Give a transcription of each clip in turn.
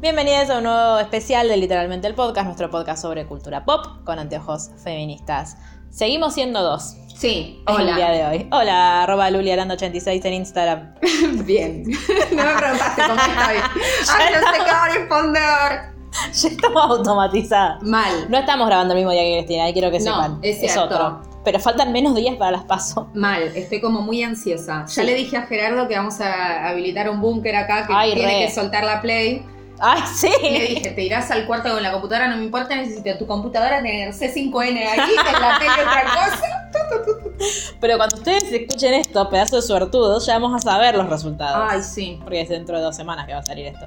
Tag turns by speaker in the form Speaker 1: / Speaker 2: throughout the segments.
Speaker 1: Bienvenidos a un nuevo especial de Literalmente el Podcast, nuestro podcast sobre cultura pop con anteojos feministas. Seguimos siendo dos
Speaker 2: Sí,
Speaker 1: en el día
Speaker 2: hola.
Speaker 1: de hoy. Hola, arroba luliarando86 en Instagram.
Speaker 2: Bien. No me preguntaste cómo estoy. Ay, no sé cómo responder.
Speaker 1: ya estamos automatizadas.
Speaker 2: Mal,
Speaker 1: No estamos grabando el mismo día que Cristina, ahí quiero que
Speaker 2: No,
Speaker 1: sepan.
Speaker 2: es cierto.
Speaker 1: otro. Pero faltan menos días para las paso.
Speaker 2: mal. Estoy como muy ansiosa. Ya le dije a Gerardo que vamos a habilitar un búnker acá que
Speaker 1: Ay,
Speaker 2: tiene
Speaker 1: re.
Speaker 2: que soltar la play.
Speaker 1: ¡Ay, sí!
Speaker 2: Le dije, te irás al cuarto con la computadora, no me importa, necesito tu computadora tener C5N ahí, con la tele otra cosa.
Speaker 1: Pero cuando ustedes escuchen esto, pedazos de suertudos, ya vamos a saber los resultados.
Speaker 2: Ay, sí,
Speaker 1: Porque es dentro de dos semanas que va a salir esto.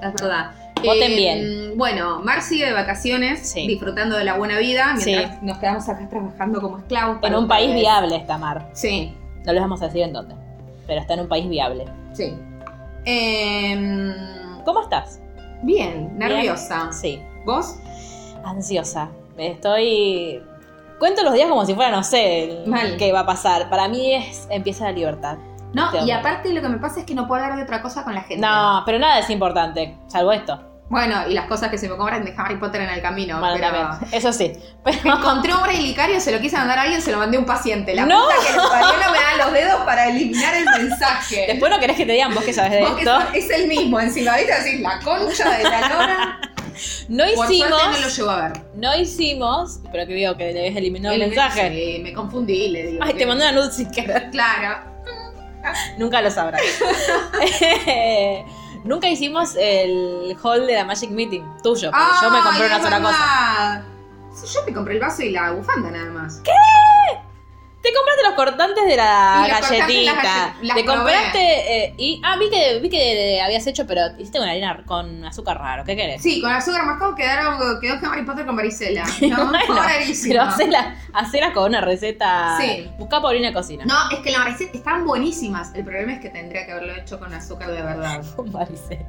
Speaker 2: es verdad.
Speaker 1: Voten
Speaker 2: Eh,
Speaker 1: bien.
Speaker 2: Bueno, Mar sigue de vacaciones,
Speaker 1: Sí.
Speaker 2: disfrutando de la buena vida, mientras
Speaker 1: Sí.
Speaker 2: nos quedamos acá trabajando como esclavos.
Speaker 1: En
Speaker 2: para
Speaker 1: un país
Speaker 2: ustedes.
Speaker 1: viable está Mar.
Speaker 2: Sí,
Speaker 1: No les vamos a decir en dónde. Pero está en un país viable.
Speaker 2: Sí. Em,
Speaker 1: ¿Cómo estás?
Speaker 2: bien, nerviosa.
Speaker 1: Sí.
Speaker 2: ¿Vos?
Speaker 1: Ansiosa. Estoy. Cuento los días como si fuera, no sé, el-
Speaker 2: Mal.
Speaker 1: qué va a pasar. Para mí es. Empieza la libertad.
Speaker 2: No,
Speaker 1: Te
Speaker 2: y
Speaker 1: amo.
Speaker 2: aparte lo que me pasa es que no puedo hablar de otra cosa con la gente.
Speaker 1: No, pero nada es importante, salvo esto.
Speaker 2: Bueno, y las cosas que se me cobran de Harry Potter en el camino.
Speaker 1: Bueno,
Speaker 2: pero-
Speaker 1: también. Eso sí. Pero.
Speaker 2: Encontré un brilicario, se lo quise mandar a alguien, se lo mandé a un paciente. La
Speaker 1: No.
Speaker 2: puta que lo parió no me da los dedos para eliminar el mensaje.
Speaker 1: Después no querés que te digan vos que sabes de
Speaker 2: Vos que
Speaker 1: esto.
Speaker 2: sos- es el mismo encima, ¿viste? Así, la concha de la lora.
Speaker 1: No
Speaker 2: Por
Speaker 1: hicimos.
Speaker 2: suerte no lo llevo a ver.
Speaker 1: No hicimos, pero que digo que le habías eliminado el,
Speaker 2: El-
Speaker 1: mensaje.
Speaker 2: Sí, me confundí, le digo.
Speaker 1: Ay,
Speaker 2: que-
Speaker 1: te mandé una nude sin querer.
Speaker 2: Claro.
Speaker 1: Nunca lo sabrás. Eh, Nunca hicimos el haul de la Magic Meeting, tuyo, porque yo me compré
Speaker 2: Ay,
Speaker 1: una
Speaker 2: es
Speaker 1: sola cosa.
Speaker 2: verdad. Sí, yo me compré el vaso y la bufanda nada más.
Speaker 1: Te compraste los cortantes de la
Speaker 2: Y los cortantes, las
Speaker 1: galletita.
Speaker 2: galle- las
Speaker 1: te
Speaker 2: probé.
Speaker 1: compraste. eh, y, ah, vi que, vi que habías hecho, pero hiciste una harina con azúcar raro. ¿Qué querés?
Speaker 2: Sí, con azúcar mascado quedaron, quedó Harry Potter con varicela. No,
Speaker 1: Bueno,
Speaker 2: rarísimo.
Speaker 1: pero hacela, hacela con una receta.
Speaker 2: Sí.
Speaker 1: Buscá por una cocina.
Speaker 2: No, es que las varicelas están buenísimas. El problema es que tendría que haberlo hecho con azúcar de verdad.
Speaker 1: Con varicela.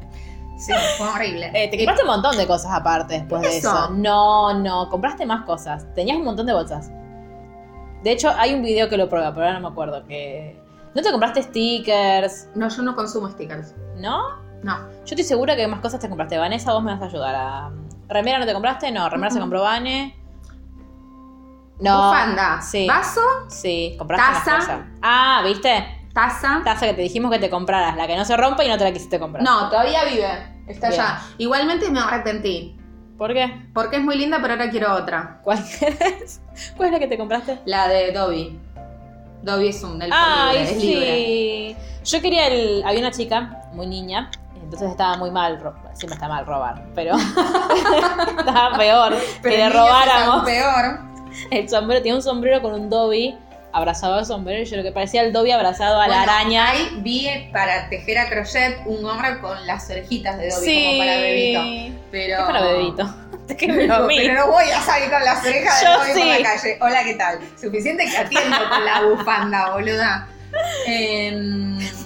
Speaker 2: Sí, fue horrible.
Speaker 1: Eh, te compraste un montón de cosas aparte después de
Speaker 2: Eso.
Speaker 1: eso. No, no, compraste más cosas. Tenías un montón de bolsas. De hecho, hay un video que lo prueba, pero ahora no me acuerdo que. ¿No te compraste stickers?
Speaker 2: No, yo no consumo stickers.
Speaker 1: ¿No?
Speaker 2: No.
Speaker 1: Yo estoy segura que más cosas te compraste. Vanessa, vos me vas a ayudar a. ¿Remera no te compraste? No, remera se
Speaker 2: Mm-mm.
Speaker 1: compró Vane. No.
Speaker 2: Bufanda,
Speaker 1: Sí.
Speaker 2: vaso,
Speaker 1: Sí, compraste más
Speaker 2: Taza.
Speaker 1: cosas. Ah, ¿viste?
Speaker 2: taza.
Speaker 1: Taza que te dijimos que te compraras, la que no se rompe y no te la quisiste comprar.
Speaker 2: No, todavía vive. Está
Speaker 1: Bien.
Speaker 2: allá. Igualmente me arrepentí.
Speaker 1: ¿Por qué?
Speaker 2: Porque es muy linda, pero ahora quiero otra.
Speaker 1: ¿Cuál querés? ¿Cuál es la que te compraste?
Speaker 2: La de Dobby. Dobby es un elfo
Speaker 1: Ay,
Speaker 2: libre, es
Speaker 1: sí.
Speaker 2: libre.
Speaker 1: Yo quería el. Había una chica, muy niña, entonces estaba muy mal. ro- Siempre está mal robar, pero. estaba peor que le
Speaker 2: el niño es
Speaker 1: robáramos.
Speaker 2: Peor.
Speaker 1: El sombrero, tenía un sombrero con un Dobby abrazado al sombrero y yo lo que parecía el Dobby abrazado a la
Speaker 2: Bueno,
Speaker 1: araña.
Speaker 2: Ahí vi para tejer a crochet un hombre con las orejitas de Dobby como para bebito. Pero...
Speaker 1: ¿Qué para bebito? ¿Qué me lo
Speaker 2: Pero,
Speaker 1: mí?
Speaker 2: no voy a salir con las orejas de
Speaker 1: Yo
Speaker 2: Dobby por
Speaker 1: sí.
Speaker 2: la calle. Hola, ¿qué tal? Suficiente que atiendo con la bufanda, boluda. Em,
Speaker 1: Yo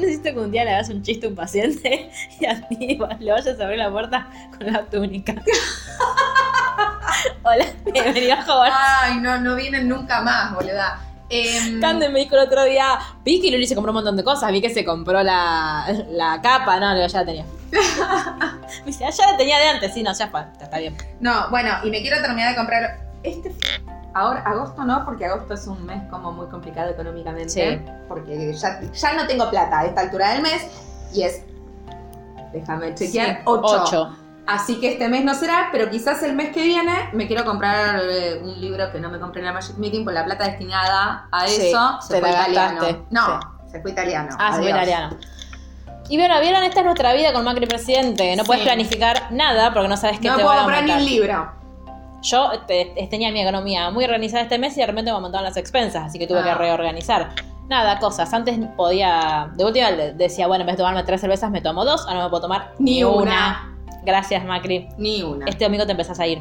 Speaker 1: necesito que un día le hagas un chiste a un paciente y a ti le vayas a abrir la puerta con la túnica. Hola, bienvenido a jugar.
Speaker 2: ay, no, no vienen nunca más, boluda. Em,
Speaker 1: Cande me dijo el otro día, vi que Luli se compró un montón de cosas, vi que se compró la, la capa, no, le digo, ya la tenía. me dice, "Ah, ya la tenía de antes, sí, no, ya fue, ya está bien.
Speaker 2: no, bueno, y me quiero terminar de comprar este... Ahora, agosto no, porque agosto es un mes como muy complicado económicamente.
Speaker 1: Sí.
Speaker 2: Porque ya, ya no tengo plata a esta altura del mes. Y es... Déjame chequear. 8.
Speaker 1: Ocho.
Speaker 2: Así que este mes no será, pero quizás el mes que viene me quiero comprar eh, un libro que no me compré en la Magic Meeting por la plata destinada a
Speaker 1: Sí,
Speaker 2: eso.
Speaker 1: te la
Speaker 2: italiano.
Speaker 1: gastaste.
Speaker 2: No, se fue italiano.
Speaker 1: Ah, se fue
Speaker 2: Adiós.
Speaker 1: italiano. Y bueno, vieron, esta es nuestra vida con Macri presidente. No
Speaker 2: Sí.
Speaker 1: puedes planificar nada porque no sabes qué
Speaker 2: No
Speaker 1: te va
Speaker 2: puedo
Speaker 1: a
Speaker 2: comprar ni
Speaker 1: aumentar.
Speaker 2: un libro.
Speaker 1: Yo este, es- tenía mi economía muy organizada este mes y de repente me aumentaron las expensas, así que tuve
Speaker 2: Ah.
Speaker 1: que reorganizar. Nada, cosas. Antes podía. De última de- decía, bueno, en vez de tomarme tres cervezas, me tomo dos. Ahora me puedo tomar
Speaker 2: Ni una.
Speaker 1: Gracias, Macri.
Speaker 2: Ni una.
Speaker 1: Este domingo te empezás a ir.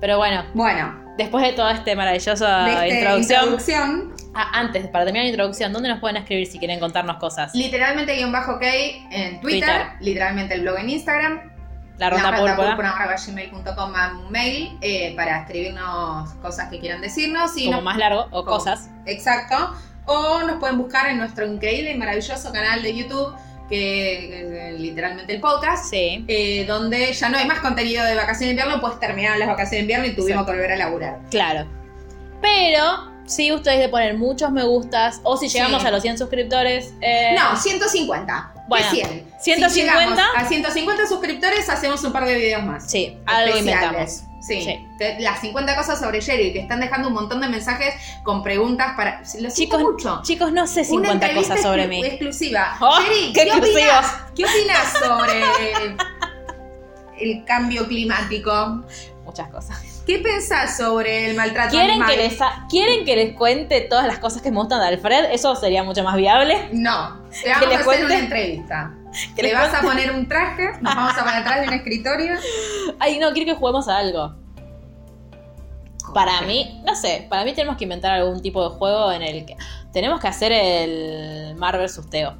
Speaker 1: Pero bueno,
Speaker 2: Bueno,
Speaker 1: después de toda esta maravillosa
Speaker 2: de este esta
Speaker 1: Ah, introducción.
Speaker 2: introducción
Speaker 1: Ah, antes, para terminar la introducción, ¿dónde nos pueden escribir si quieren contarnos cosas?
Speaker 2: Literalmente guión bajo K en Twitter,
Speaker 1: Twitter.
Speaker 2: literalmente el blog en Instagram,
Speaker 1: La ronda púrpura.
Speaker 2: gmail.com un mail eh, para escribirnos cosas que quieran decirnos. Y
Speaker 1: como
Speaker 2: nos-
Speaker 1: más largo, o
Speaker 2: como-
Speaker 1: cosas.
Speaker 2: Exacto. O nos pueden buscar en nuestro increíble y maravilloso canal de YouTube, que es eh, literalmente el podcast.
Speaker 1: Sí.
Speaker 2: eh, donde ya no hay más contenido de vacaciones de invierno, pues terminaron las vacaciones de invierno y tuvimos
Speaker 1: Exacto.
Speaker 2: que volver a laburar.
Speaker 1: Claro. Pero, si ustedes le ponen muchos me gustas, o si llegamos
Speaker 2: Sí.
Speaker 1: a los 100 suscriptores, eh,
Speaker 2: No, 150. ¿Qué
Speaker 1: Bueno,
Speaker 2: 100?
Speaker 1: 150.
Speaker 2: Si llegamos a 150 suscriptores hacemos un par de videos más.
Speaker 1: Sí, algo inventamos.
Speaker 2: especiales. Sí.
Speaker 1: Sí.
Speaker 2: Te- Las 50 cosas sobre Jerry, que están dejando un montón de mensajes con preguntas para. Lo siento
Speaker 1: Chicos,
Speaker 2: mucho.
Speaker 1: Chicos, no sé
Speaker 2: Una
Speaker 1: 50
Speaker 2: entrevista
Speaker 1: cosas sobre
Speaker 2: exclu-
Speaker 1: mí.
Speaker 2: Exclusiva.
Speaker 1: Oh,
Speaker 2: Jerry,
Speaker 1: qué
Speaker 2: ¿qué, opinas?
Speaker 1: exclusivos.
Speaker 2: ¿Qué opinas sobre el cambio climático?
Speaker 1: Muchas cosas.
Speaker 2: ¿Qué pensás sobre el maltrato
Speaker 1: ¿Quieren
Speaker 2: animal?
Speaker 1: que, les ha- ¿Quieren que les cuente todas las cosas que me gustan de Alfred? Eso sería mucho más viable.
Speaker 2: No, te vamos
Speaker 1: les
Speaker 2: a hacer
Speaker 1: cuente?
Speaker 2: una entrevista.
Speaker 1: ¿Que
Speaker 2: Le
Speaker 1: les
Speaker 2: vas a poner un traje, nos vamos a poner atrás de un escritorio.
Speaker 1: Ay, no, quiero que juguemos a algo. Para mí, no sé, para mí tenemos que inventar algún tipo de juego en el que. Tenemos que hacer el Mar vs. Teo.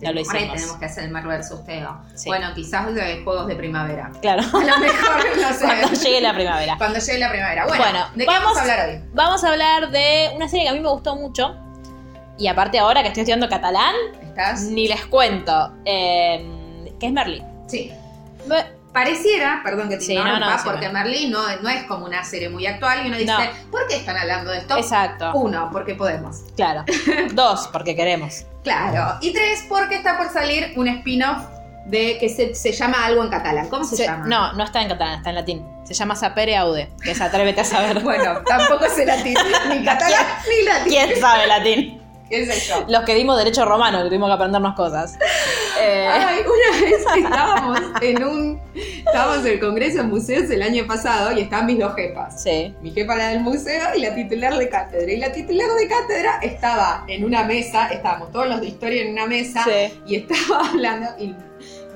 Speaker 1: Ya lo
Speaker 2: Ahora
Speaker 1: hicimos.
Speaker 2: este, tenemos que hacer el Mar versus Teo.
Speaker 1: Sí.
Speaker 2: Bueno, quizás de juegos de primavera.
Speaker 1: Claro,
Speaker 2: A lo mejor, no sé.
Speaker 1: cuando llegue la primavera.
Speaker 2: Cuando llegue la primavera. Bueno,
Speaker 1: Bueno,
Speaker 2: ¿de qué
Speaker 1: vamos-
Speaker 2: vamos, a hablar hoy?
Speaker 1: Vamos a hablar de una serie que a mí me gustó mucho. Y aparte ahora que estoy estudiando catalán,
Speaker 2: ¿Estás?
Speaker 1: ni les cuento. eh, que es Merlí.
Speaker 2: Sí.
Speaker 1: Me-
Speaker 2: Pareciera, perdón que te
Speaker 1: Sí,
Speaker 2: interrumpa,
Speaker 1: no, no, sí,
Speaker 2: porque
Speaker 1: no.
Speaker 2: Merlí no, no es como una serie muy actual y uno dice,
Speaker 1: No.
Speaker 2: ¿por qué están hablando de esto?
Speaker 1: Exacto,
Speaker 2: Uno, porque podemos.
Speaker 1: claro. Dos, porque queremos.
Speaker 2: Claro. Y tres, porque está por salir un spin-off de que se, se llama algo en catalán. ¿Cómo se,
Speaker 1: Se-
Speaker 2: llama?
Speaker 1: no, no está en catalán, está en latín. Se llama Sapere Aude, que es Atrévete a saber.
Speaker 2: Bueno, tampoco sé latín, ni catalán, ni latín.
Speaker 1: ¿Quién sabe latín?
Speaker 2: ¿Qué sé yo?
Speaker 1: Los que dimos derecho romano, que tuvimos que aprendernos cosas. Eh,
Speaker 2: Ay, una vez estábamos en un. Estábamos en el Congreso de Museos el año pasado y estaban mis dos jefas.
Speaker 1: sí.
Speaker 2: Mi jefa la del museo y la titular de cátedra. Y la titular de cátedra estaba en una mesa, estábamos todos los de historia en una mesa
Speaker 1: Sí.
Speaker 2: y estaba hablando. Y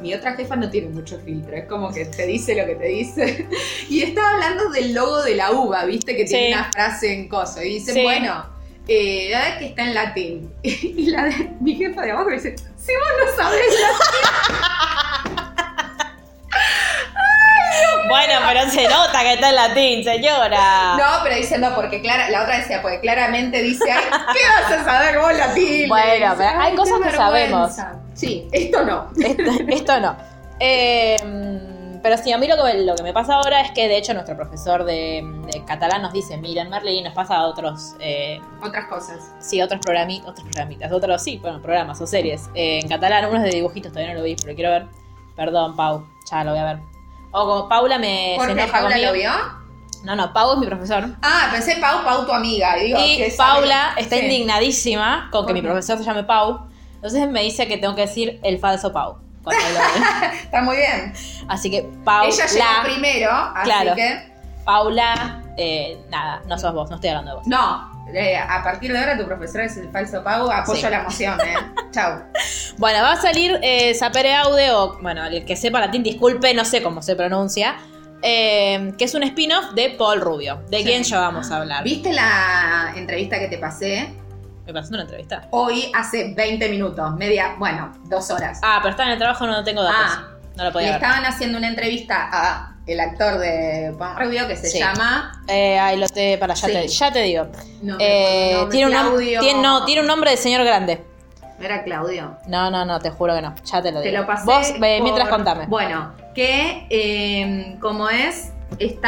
Speaker 2: mi otra jefa no tiene mucho filtro, es como que te dice lo que te dice. Y estaba hablando del logo de la uva, viste, que tiene
Speaker 1: Sí.
Speaker 2: una frase en coso. Y dice,
Speaker 1: Sí.
Speaker 2: bueno, eh, dada que está en latín. Y la de- mi jefa de abajo me dice, si vos no sabés
Speaker 1: Bueno, pero se nota que está en latín, señora.
Speaker 2: No, pero dice no, porque clara, la otra decía, porque claramente dice, ay, ¿qué vas a saber vos latín?
Speaker 1: Bueno,
Speaker 2: Le dice,
Speaker 1: pero hay
Speaker 2: "Ay,
Speaker 1: cosas
Speaker 2: qué
Speaker 1: que sabemos".
Speaker 2: vergüenza. Sí, esto no.
Speaker 1: Esto, esto no. Eh, mm, pero sí, a mí lo que, me- lo que me pasa ahora es que, de hecho, nuestro profesor de, de catalán nos dice, miren, Merlín, nos pasa a otros, eh,
Speaker 2: Otras cosas.
Speaker 1: sí, otros programitas, otros programitas, otros, sí, bueno, programas o series eh, en catalán. Uno es de dibujitos, todavía no lo vi, pero quiero ver. Perdón, Pau, ya lo voy a ver. O como Paula me Eh, se
Speaker 2: Porque
Speaker 1: enoja
Speaker 2: Paula
Speaker 1: conmigo.
Speaker 2: lo vio.
Speaker 1: No, no, Pau es mi profesor.
Speaker 2: Ah, pensé Pau, Pau tu amiga. Digo,
Speaker 1: Y
Speaker 2: que sabe-
Speaker 1: Paula está
Speaker 2: Sí.
Speaker 1: indignadísima con que
Speaker 2: ¿Por
Speaker 1: mi
Speaker 2: qué?
Speaker 1: profesor se llame Pau. Entonces me dice que tengo que decir el falso Pau. cuando lo vea.
Speaker 2: Está muy bien.
Speaker 1: Así que Paula.
Speaker 2: Ella llegó primero, así
Speaker 1: Claro.
Speaker 2: que.
Speaker 1: Paula, eh, nada, no sos vos, no estoy hablando de vos.
Speaker 2: No, eh, a partir de ahora tu profesora es el falso Pau,
Speaker 1: Sí.
Speaker 2: apoyo la moción, eh. Chau.
Speaker 1: Bueno, va a salir eh, Sapere Aude, o bueno, el que sepa latín, disculpe, no sé cómo se pronuncia, eh, que es un spin-off de Paul Rubio, de quien ya vamos a hablar.
Speaker 2: ¿Viste la entrevista que te pasé?
Speaker 1: Me pasó una entrevista.
Speaker 2: Hoy hace 20 minutos, media, bueno, dos horas.
Speaker 1: Ah, pero está en el trabajo, no tengo datos.
Speaker 2: Ah.
Speaker 1: no lo
Speaker 2: Le
Speaker 1: podía ver.
Speaker 2: estaban haciendo una entrevista a el actor de Pan Rubio que se
Speaker 1: Sí.
Speaker 2: llama.
Speaker 1: Eh, ay, lo te, para, ya,
Speaker 2: Sí.
Speaker 1: te, ya te digo.
Speaker 2: No,
Speaker 1: Eh,
Speaker 2: no, no,
Speaker 1: tiene, un nom-
Speaker 2: Claudio.
Speaker 1: tiene- no, tiene un nombre de señor grande.
Speaker 2: Era Claudio.
Speaker 1: No, no, no, te juro que no. Ya te lo
Speaker 2: Te
Speaker 1: digo.
Speaker 2: lo pasé.
Speaker 1: Vos, eh,
Speaker 2: por-
Speaker 1: mientras contame.
Speaker 2: Bueno, que eh, como es,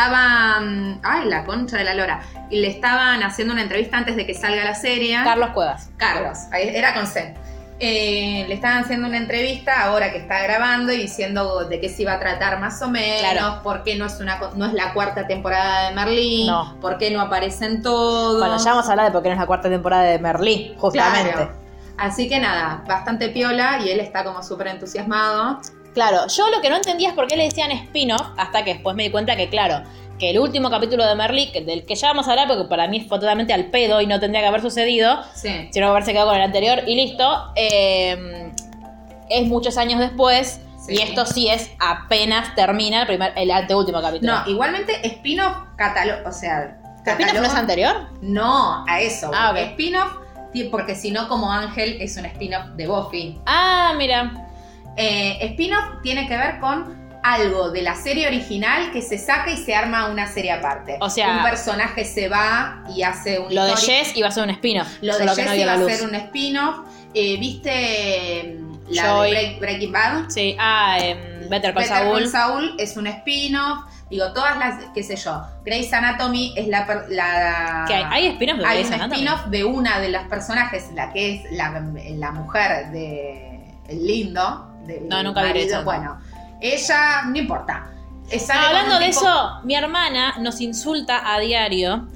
Speaker 2: estaban. Ay, la concha de la lora. Y le estaban haciendo una entrevista antes de que salga la serie.
Speaker 1: Carlos Cuevas.
Speaker 2: Carlos, ahí- era con C. Eh, le estaban haciendo una entrevista ahora que está grabando y diciendo de qué se iba a tratar más o menos,
Speaker 1: Claro.
Speaker 2: por qué no es, una, co- no es la cuarta temporada de Merlín,
Speaker 1: No.
Speaker 2: por qué no aparecen todos.
Speaker 1: Bueno, ya vamos a hablar de por qué no es la cuarta temporada de Merlí, justamente.
Speaker 2: Claro. Así que nada, bastante piola y él está como súper entusiasmado.
Speaker 1: Claro, yo lo que no entendía es por qué le decían spin-off, hasta que después me di cuenta que, claro, que que el último capítulo de Merlí, que- del que ya vamos a hablar, porque para mí fue totalmente al pedo y no tendría que haber sucedido,
Speaker 2: Sí.
Speaker 1: sino haberse quedado con el anterior y listo, eh, es muchos años después
Speaker 2: Sí.
Speaker 1: y esto sí es apenas termina el, primer, el anteúltimo capítulo.
Speaker 2: No, igualmente spin-off catalo... O sea...
Speaker 1: ¿Capítulo no es
Speaker 2: catalogo-
Speaker 1: anterior?
Speaker 2: No, a eso.
Speaker 1: Ah,
Speaker 2: porque
Speaker 1: ok.
Speaker 2: Spin-off, ti- porque si no, como Ángel es un spin-off de Buffy.
Speaker 1: Ah, mira.
Speaker 2: Eh, spin-off tiene que ver con algo de la serie original que se saca y se arma una serie aparte.
Speaker 1: O sea-
Speaker 2: un personaje se va y hace un.
Speaker 1: Lo de
Speaker 2: histórico.
Speaker 1: Jess iba a ser un spin-off.
Speaker 2: Lo de
Speaker 1: solo que
Speaker 2: Jess
Speaker 1: no dio
Speaker 2: iba
Speaker 1: la
Speaker 2: a
Speaker 1: luz.
Speaker 2: ser un spin-off. Eh, ¿Viste mm, la
Speaker 1: Joy.
Speaker 2: de Break- Breaking Bad?
Speaker 1: Sí, ah, em, Better Call
Speaker 2: Better
Speaker 1: Saul.
Speaker 2: Call Saul es un spin-off. Digo, todas las, qué sé yo. Grey's Anatomy es la. per- la
Speaker 1: Que hay, hay spin-offs de
Speaker 2: hay
Speaker 1: Grey's
Speaker 2: un
Speaker 1: Anatomy.
Speaker 2: spin-off de una de las personajes, la que es la, la mujer de el lindo. del
Speaker 1: No, nunca vi
Speaker 2: marido.
Speaker 1: eso.
Speaker 2: Bueno, ella, no importa. Eh, sale
Speaker 1: Ah,
Speaker 2: con
Speaker 1: hablando
Speaker 2: un
Speaker 1: de
Speaker 2: tipo-
Speaker 1: eso, mi hermana nos insulta a diario.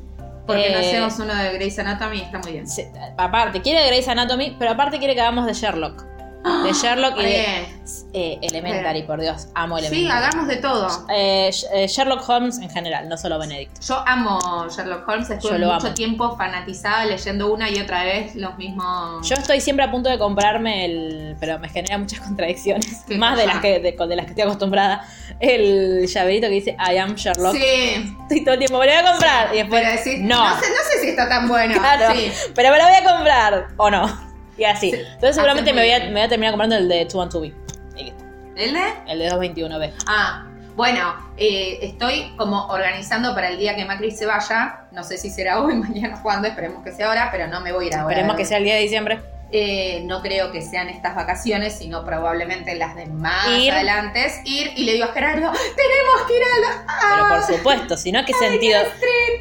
Speaker 2: Porque no
Speaker 1: Eh,
Speaker 2: hacemos uno de Grey's Anatomy y está muy bien.
Speaker 1: se- aparte, quiere Grey's Anatomy, pero aparte quiere que hagamos de Sherlock. De Sherlock y de
Speaker 2: Bien.
Speaker 1: eh, Elementary, por Dios, amo
Speaker 2: Sí,
Speaker 1: Elementary.
Speaker 2: hagamos de todo.
Speaker 1: Eh, Sh- eh, Sherlock Holmes en general, no solo Benedict.
Speaker 2: Yo amo Sherlock Holmes, estuve
Speaker 1: Yo lo
Speaker 2: mucho
Speaker 1: amo.
Speaker 2: tiempo fanatizada leyendo una y otra vez los mismos.
Speaker 1: Yo estoy siempre a punto de comprarme el. Pero me genera muchas contradicciones.
Speaker 2: ¿Qué
Speaker 1: Más de
Speaker 2: cosa?
Speaker 1: las, que, de, de las que estoy acostumbrada. El llaverito que dice I am Sherlock.
Speaker 2: Sí,
Speaker 1: Estoy todo el tiempo, me lo voy a comprar. Y después.
Speaker 2: pero decís,
Speaker 1: no.
Speaker 2: no. sé, no sé si está tan bueno.
Speaker 1: Claro.
Speaker 2: Sí.
Speaker 1: Pero me lo voy a comprar. O no. Y así.
Speaker 2: Sí,
Speaker 1: Entonces seguramente
Speaker 2: haces
Speaker 1: me
Speaker 2: muy
Speaker 1: voy, a,
Speaker 2: bien.
Speaker 1: me voy a terminar comprando el de 212B. Y listo.
Speaker 2: ¿El de?
Speaker 1: El de 221B.
Speaker 2: Ah, bueno, eh, estoy como organizando para el día que Macri se vaya. No sé si será hoy, mañana, cuando, esperemos que sea ahora, pero no me voy a ir ahora.
Speaker 1: Esperemos que sea el día de diciembre.
Speaker 2: Eh, no creo que sean estas vacaciones, sino probablemente las de más
Speaker 1: Ir.
Speaker 2: adelante. Ir y le digo a Gerardo, tenemos que ir a la...
Speaker 1: Pero
Speaker 2: Ah.
Speaker 1: por supuesto, si no, ¿qué sentido,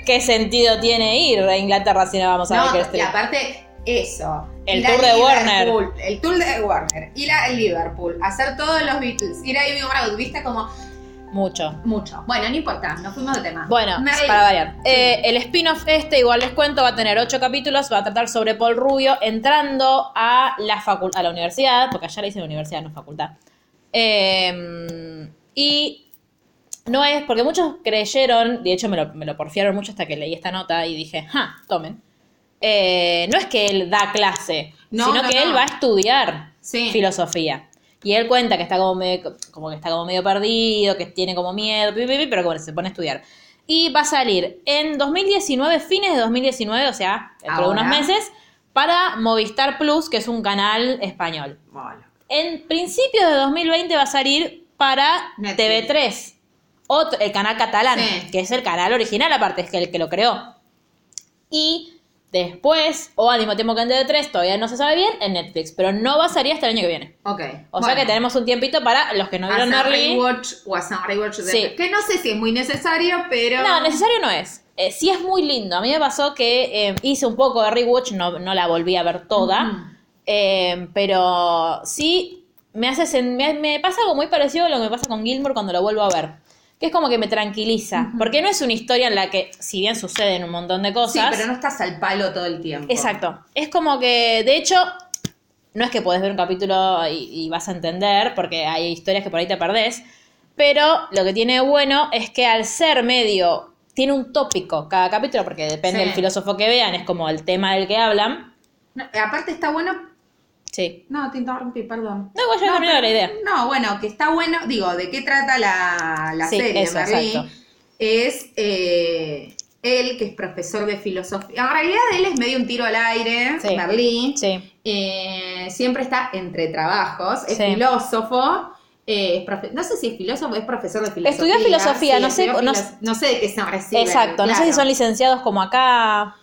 Speaker 1: ¿qué sentido tiene ir a Inglaterra si no vamos a ver
Speaker 2: No,
Speaker 1: Baker
Speaker 2: y
Speaker 1: Street?
Speaker 2: aparte, eso.
Speaker 1: este- El
Speaker 2: ir a
Speaker 1: tour de
Speaker 2: Liverpool, El tour de Warner. Ir a Liverpool. Hacer todos los Beatles. Ir a Ivy Brown. Viste como
Speaker 1: Mucho.
Speaker 2: mucho. Bueno, no importa. Nos fuimos de tema.
Speaker 1: Bueno,
Speaker 2: Merlí.
Speaker 1: para variar. Eh, el spin-off este, igual les cuento, va a tener ocho capítulos, va a tratar sobre Paul Rubio entrando a la, facu- a la universidad, porque allá le dicen universidad, no facultad. Eh, y no es, porque muchos creyeron, de hecho me lo, me lo porfiaron mucho hasta que leí esta nota y dije, ja, tomen. Eh, no es que él da clase,
Speaker 2: No,
Speaker 1: sino
Speaker 2: no,
Speaker 1: que él
Speaker 2: no.
Speaker 1: va a estudiar
Speaker 2: Sí.
Speaker 1: filosofía. Y él cuenta que está como medio, como que está como medio perdido, que tiene como miedo, pi, pi, pi, pero que bueno, se pone a estudiar. Y va a salir en 2019, fines de 2019, o sea, dentro de
Speaker 2: Ahora.
Speaker 1: unos meses, para Movistar Plus, que es un canal español.
Speaker 2: Bueno.
Speaker 1: En principios de 2020 va a salir para
Speaker 2: Netflix.
Speaker 1: TV3, otro- el canal catalán,
Speaker 2: Sí.
Speaker 1: que es el canal original aparte, es que el que lo creó. Y después, o al mismo tiempo que en TV3, todavía no se sabe bien, en Netflix, pero no va a salir hasta el año que viene.
Speaker 2: Ok.
Speaker 1: O
Speaker 2: Bueno.
Speaker 1: sea que tenemos un tiempito para los que no vieron
Speaker 2: hacer
Speaker 1: Merlí.
Speaker 2: rewatch o hacer rewatch de-
Speaker 1: Sí.
Speaker 2: que no sé si es muy necesario, pero
Speaker 1: No, necesario no es. Eh, sí es muy lindo. A mí me pasó que eh, hice un poco de rewatch, no, no la volví a ver toda.
Speaker 2: Mm.
Speaker 1: Eh, pero sí me hace sen- me, me pasa algo muy parecido a lo que me pasa con Gilmore cuando lo vuelvo a ver. Que es como que me tranquiliza. Porque no es una historia en la que, si bien suceden un montón de
Speaker 2: sí,
Speaker 1: cosas.
Speaker 2: pero no estás al palo todo el tiempo.
Speaker 1: Exacto. Es como que, de hecho, no es que podés ver un capítulo y, y vas a entender, porque hay historias que por ahí te perdés, pero lo que tiene de bueno es que al ser medio, tiene un tópico cada capítulo, porque depende
Speaker 2: Sí.
Speaker 1: del filósofo que vean, es como el tema del que hablan.
Speaker 2: No, aparte está bueno,
Speaker 1: Sí.
Speaker 2: no te interrumpí, perdón.
Speaker 1: No, igual yo he terminado la
Speaker 2: pero-
Speaker 1: idea.
Speaker 2: No, bueno, que está bueno, digo, de qué trata la, la
Speaker 1: Sí,
Speaker 2: serie
Speaker 1: eso,
Speaker 2: Merlí?
Speaker 1: exacto.
Speaker 2: es eh, él que es profesor de filosofía. En realidad él es medio un tiro al aire,
Speaker 1: Sí.
Speaker 2: Merlí.
Speaker 1: Sí.
Speaker 2: Eh, siempre está entre trabajos, es
Speaker 1: Sí.
Speaker 2: filósofo. eh, es profe- no sé si es filósofo, es profesor de filosofía.
Speaker 1: Estudió filosofía, no sé-
Speaker 2: estudió
Speaker 1: no-
Speaker 2: filos- no sé de qué se recibe.
Speaker 1: Exacto. No sé si son licenciados como acá.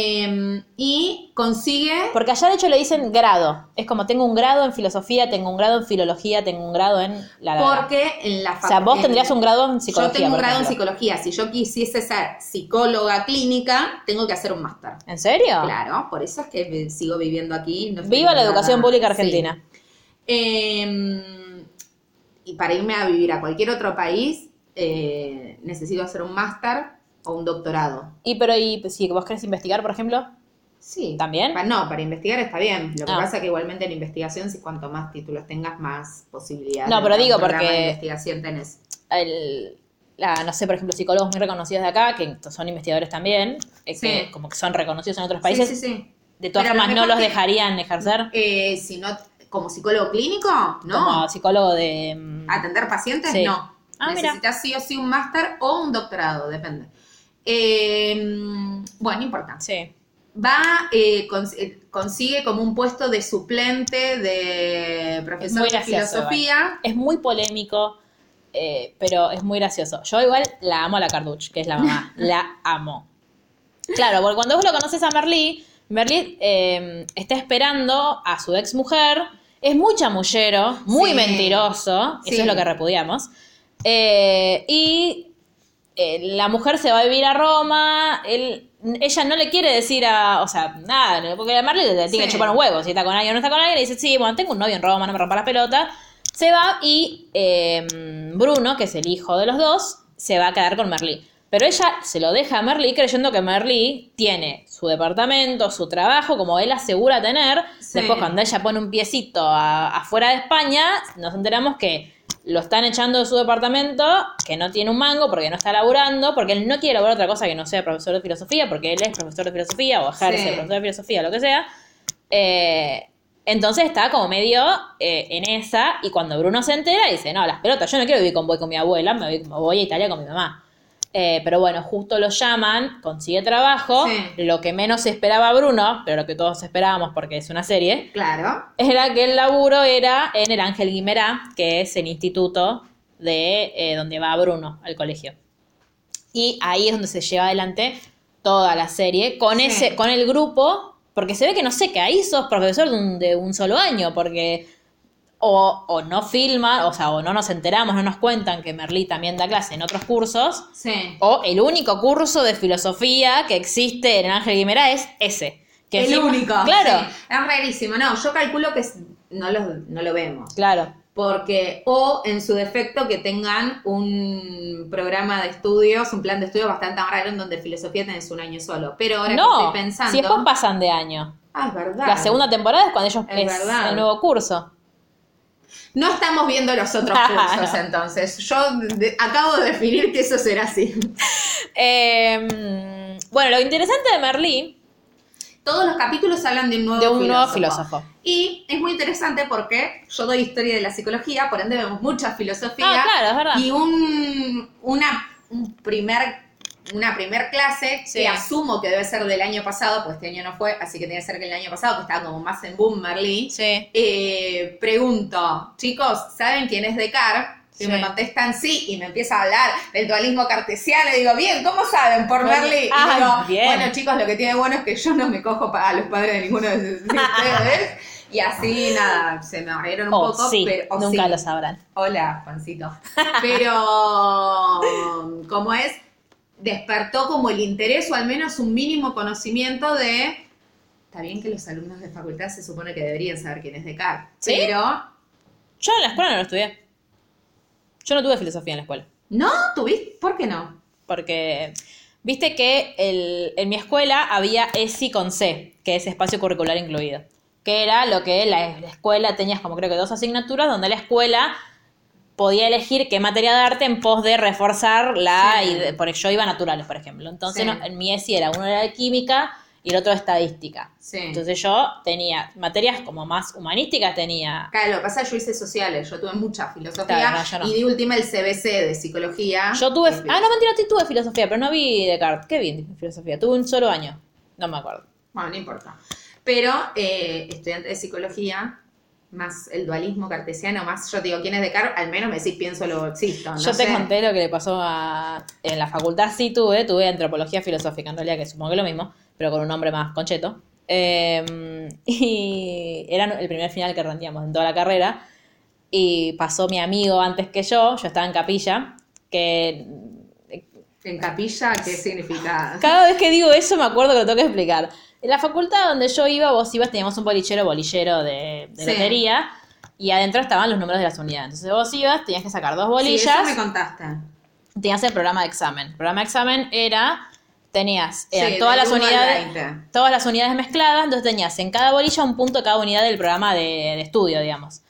Speaker 2: Em, y consigue.
Speaker 1: Porque allá de hecho le dicen grado. Es como tengo un grado en filosofía, tengo un grado en filología, tengo un grado en la... la- la.
Speaker 2: Porque en la
Speaker 1: O sea, vos
Speaker 2: en-
Speaker 1: tendrías un grado en psicología.
Speaker 2: eh, Yo tengo un
Speaker 1: por
Speaker 2: grado en
Speaker 1: ejemplo.
Speaker 2: psicología. Si yo quisiese ser psicóloga clínica, tengo que hacer un máster.
Speaker 1: ¿En serio?
Speaker 2: Claro, por eso es que vi- sigo viviendo aquí. no estoy
Speaker 1: Ah. Viva la
Speaker 2: nada-
Speaker 1: educación pública
Speaker 2: Sí.
Speaker 1: argentina.
Speaker 2: Eh, y para irme a vivir a cualquier otro país, eh, necesito hacer un máster o un doctorado.
Speaker 1: Y pero y si vos querés investigar, por ejemplo,
Speaker 2: Sí.
Speaker 1: ¿También?
Speaker 2: Pa- no, para investigar está bien. Lo que
Speaker 1: Ah.
Speaker 2: pasa que igualmente en investigación, si cuanto más títulos tengas, más posibilidades.
Speaker 1: No, pero
Speaker 2: de
Speaker 1: digo,
Speaker 2: programa
Speaker 1: porque-
Speaker 2: de investigación tenés.
Speaker 1: el- la, no sé, por ejemplo, psicólogos muy reconocidos de acá, que son investigadores también, eh,
Speaker 2: Sí.
Speaker 1: que como que son reconocidos en otros países,
Speaker 2: Sí, sí, sí.
Speaker 1: de todas
Speaker 2: Pero a lo
Speaker 1: formas no
Speaker 2: mejor
Speaker 1: los
Speaker 2: que-
Speaker 1: dejarían ejercer
Speaker 2: Eh, si no, como psicólogo clínico, no. Ah,
Speaker 1: como psicólogo de... mm,
Speaker 2: Atender pacientes,
Speaker 1: Sí.
Speaker 2: no.
Speaker 1: Ah, mira.
Speaker 2: Necesitas sí o sí un máster o un doctorado, depende. Eh, bueno, importante.
Speaker 1: Sí.
Speaker 2: Va, eh, cons- eh, consigue como un puesto de suplente de profesor
Speaker 1: Muy
Speaker 2: de
Speaker 1: gracioso,
Speaker 2: filosofía.
Speaker 1: Es muy polémico, eh, pero es muy gracioso. Yo igual la amo a la Carduch, que es la mamá. la amo. Claro, porque cuando vos lo conoces a Merlí, Merlí eh, está esperando a su ex mujer. Es muy chamullero, muy
Speaker 2: Sí.
Speaker 1: mentiroso.
Speaker 2: Sí.
Speaker 1: Eso es lo que repudiamos. Eh, y eh, la mujer se va a vivir a Roma. Él, ella no le quiere decir a. O sea, nada, porque a Marley le tiene que
Speaker 2: Sí.
Speaker 1: chupar un huevo. Si está con alguien o no está con alguien, le dice: Sí, bueno, tengo un novio en Roma, no me rompa las pelotas. Se va y eh, Bruno, que es el hijo de los dos, se va a quedar con Merlí. Pero ella se lo deja a Merlí creyendo que Merlí tiene su departamento, su trabajo, como él asegura tener.
Speaker 2: Sí.
Speaker 1: Después, cuando ella pone un piecito a- afuera de España, nos enteramos que lo están echando de su departamento, que no tiene un mango porque no está laburando, porque él no quiere laburar otra cosa que no sea profesor de filosofía, porque él es profesor de filosofía o ejerce
Speaker 2: Sí.
Speaker 1: profesor de filosofía, lo que sea. Eh, entonces está como medio eh, en esa, y cuando Bruno se entera, dice, no, las pelotas, yo no quiero vivir con voy con mi abuela, me voy, me voy a Italia con mi mamá. Eh, pero bueno, justo lo llaman, consigue trabajo,
Speaker 2: Sí.
Speaker 1: lo que menos esperaba Bruno, pero lo que todos esperábamos porque es una serie,
Speaker 2: Claro.
Speaker 1: era que el laburo era en el Ángel Guimerá, que es el instituto de eh, donde va Bruno al colegio. Y ahí es donde se lleva adelante toda la serie, con
Speaker 2: Sí.
Speaker 1: ese, con el grupo, porque se ve que no sé que ahí sos profesor de un, de un solo año, porque o, o no filman, o sea, o no nos enteramos, no nos cuentan que Merlí también da clase en otros cursos,
Speaker 2: Sí.
Speaker 1: o el único curso de filosofía que existe en el Ángel Guimerá es ese. Que
Speaker 2: el
Speaker 1: encima-
Speaker 2: único.
Speaker 1: Claro,
Speaker 2: sí. Es rarísimo. No, yo calculo que es- no, los- no lo vemos.
Speaker 1: claro.
Speaker 2: porque o en su defecto que tengan un programa de estudios, un plan de estudios bastante raro en donde filosofía tenés un año solo. Pero ahora que
Speaker 1: No,
Speaker 2: estoy pensando,
Speaker 1: si después pasan de año.
Speaker 2: ah, es verdad.
Speaker 1: La segunda temporada es cuando ellos
Speaker 2: Es
Speaker 1: es,
Speaker 2: verdad.
Speaker 1: el nuevo curso.
Speaker 2: No estamos viendo los otros
Speaker 1: Claro.
Speaker 2: cursos entonces. Yo de- acabo de definir que eso será así.
Speaker 1: Eh, bueno, lo interesante de Merlí,
Speaker 2: Todos los capítulos hablan de un nuevo
Speaker 1: de un nuevo
Speaker 2: filósofo.
Speaker 1: filósofo.
Speaker 2: Y es muy interesante porque yo doy historia de la psicología, por ende vemos mucha filosofía.
Speaker 1: Ah, claro, es verdad.
Speaker 2: Y un, una, un primer, una primer clase
Speaker 1: Sí.
Speaker 2: que asumo que debe ser del año pasado, pues este año no fue, así que tiene que ser que el año pasado, que estaba como más en boom Merlí.
Speaker 1: Sí.
Speaker 2: Eh, pregunto, chicos, ¿saben quién es Descartes? Y
Speaker 1: Sí.
Speaker 2: me contestan sí, y me empieza a hablar del dualismo cartesiano. Y digo, bien, ¿cómo saben? Por
Speaker 1: Bueno,
Speaker 2: Merlí. Y
Speaker 1: ay,
Speaker 2: digo,
Speaker 1: bien.
Speaker 2: bueno, chicos, lo que tiene bueno es que yo no me cojo pa- a los padres de ninguno de de ustedes. Y así, nada, se me abrieron un
Speaker 1: O
Speaker 2: poco.
Speaker 1: Oh, sí,
Speaker 2: pero, o
Speaker 1: nunca
Speaker 2: sí.
Speaker 1: lo sabrán.
Speaker 2: Hola, Juancito. Pero, um, como es, despertó como el interés o al menos un mínimo conocimiento de. Está bien que los alumnos de facultad se supone que deberían saber quién es Descartes.
Speaker 1: ¿Sí?
Speaker 2: Pero,
Speaker 1: Yo en la escuela no lo estudié. Yo no tuve filosofía en la escuela.
Speaker 2: ¿no tuviste? ¿Por qué no?
Speaker 1: Porque viste que el- en mi escuela había ESI con C, que es espacio curricular incluido, que era lo que la, la escuela tenías como creo que dos asignaturas donde la escuela podía elegir qué materia darte en pos de reforzar la
Speaker 2: Sí.
Speaker 1: ide- por yo iba a naturales, por ejemplo. Entonces
Speaker 2: Sí.
Speaker 1: no- en mi ESI era uno era de química y el otro de estadística.
Speaker 2: Sí.
Speaker 1: Entonces yo tenía materias como más humanísticas, tenía
Speaker 2: Claro, lo que pasa es que yo hice sociales, yo tuve mucha filosofía
Speaker 1: Claro, no, yo no.
Speaker 2: y de última el CBC de psicología. eh,
Speaker 1: Yo tuve.
Speaker 2: En fin.
Speaker 1: Ah, no, mentira, sí tuve filosofía, pero no vi Descartes. Qué bien, filosofía. Tuve un solo año. No me acuerdo.
Speaker 2: Bueno, no importa. Pero eh, estudiante de psicología, más el dualismo cartesiano, más yo digo, ¿quién es Descartes? Al menos me decís, pienso, lo existo. Ah, no
Speaker 1: Yo te
Speaker 2: sé.
Speaker 1: conté lo que le pasó a. En la facultad sí tuve, tuve antropología filosófica, en realidad, que supongo que es lo mismo, pero con un nombre más concheto. Eh, y era el primer final que rendíamos en toda la carrera. Y pasó mi amigo antes que yo, yo estaba en capilla, que
Speaker 2: En capilla, ¿qué significa?
Speaker 1: Cada vez que digo eso me acuerdo que lo tengo que explicar. En la facultad donde yo iba, vos ibas, teníamos un bolillero, bolillero de, de
Speaker 2: Sí.
Speaker 1: lotería, y adentro estaban los números de las unidades. Entonces vos ibas, tenías que sacar dos
Speaker 2: Sí,
Speaker 1: bolillas,
Speaker 2: eso me contaste.
Speaker 1: tenías el programa de examen. El programa de examen era, tenías eran
Speaker 2: Sí,
Speaker 1: todas
Speaker 2: del
Speaker 1: las
Speaker 2: uno al
Speaker 1: unidades
Speaker 2: 20.
Speaker 1: todas las unidades mezcladas, entonces tenías en cada bolilla un punto de cada unidad del programa de, de estudio, digamos.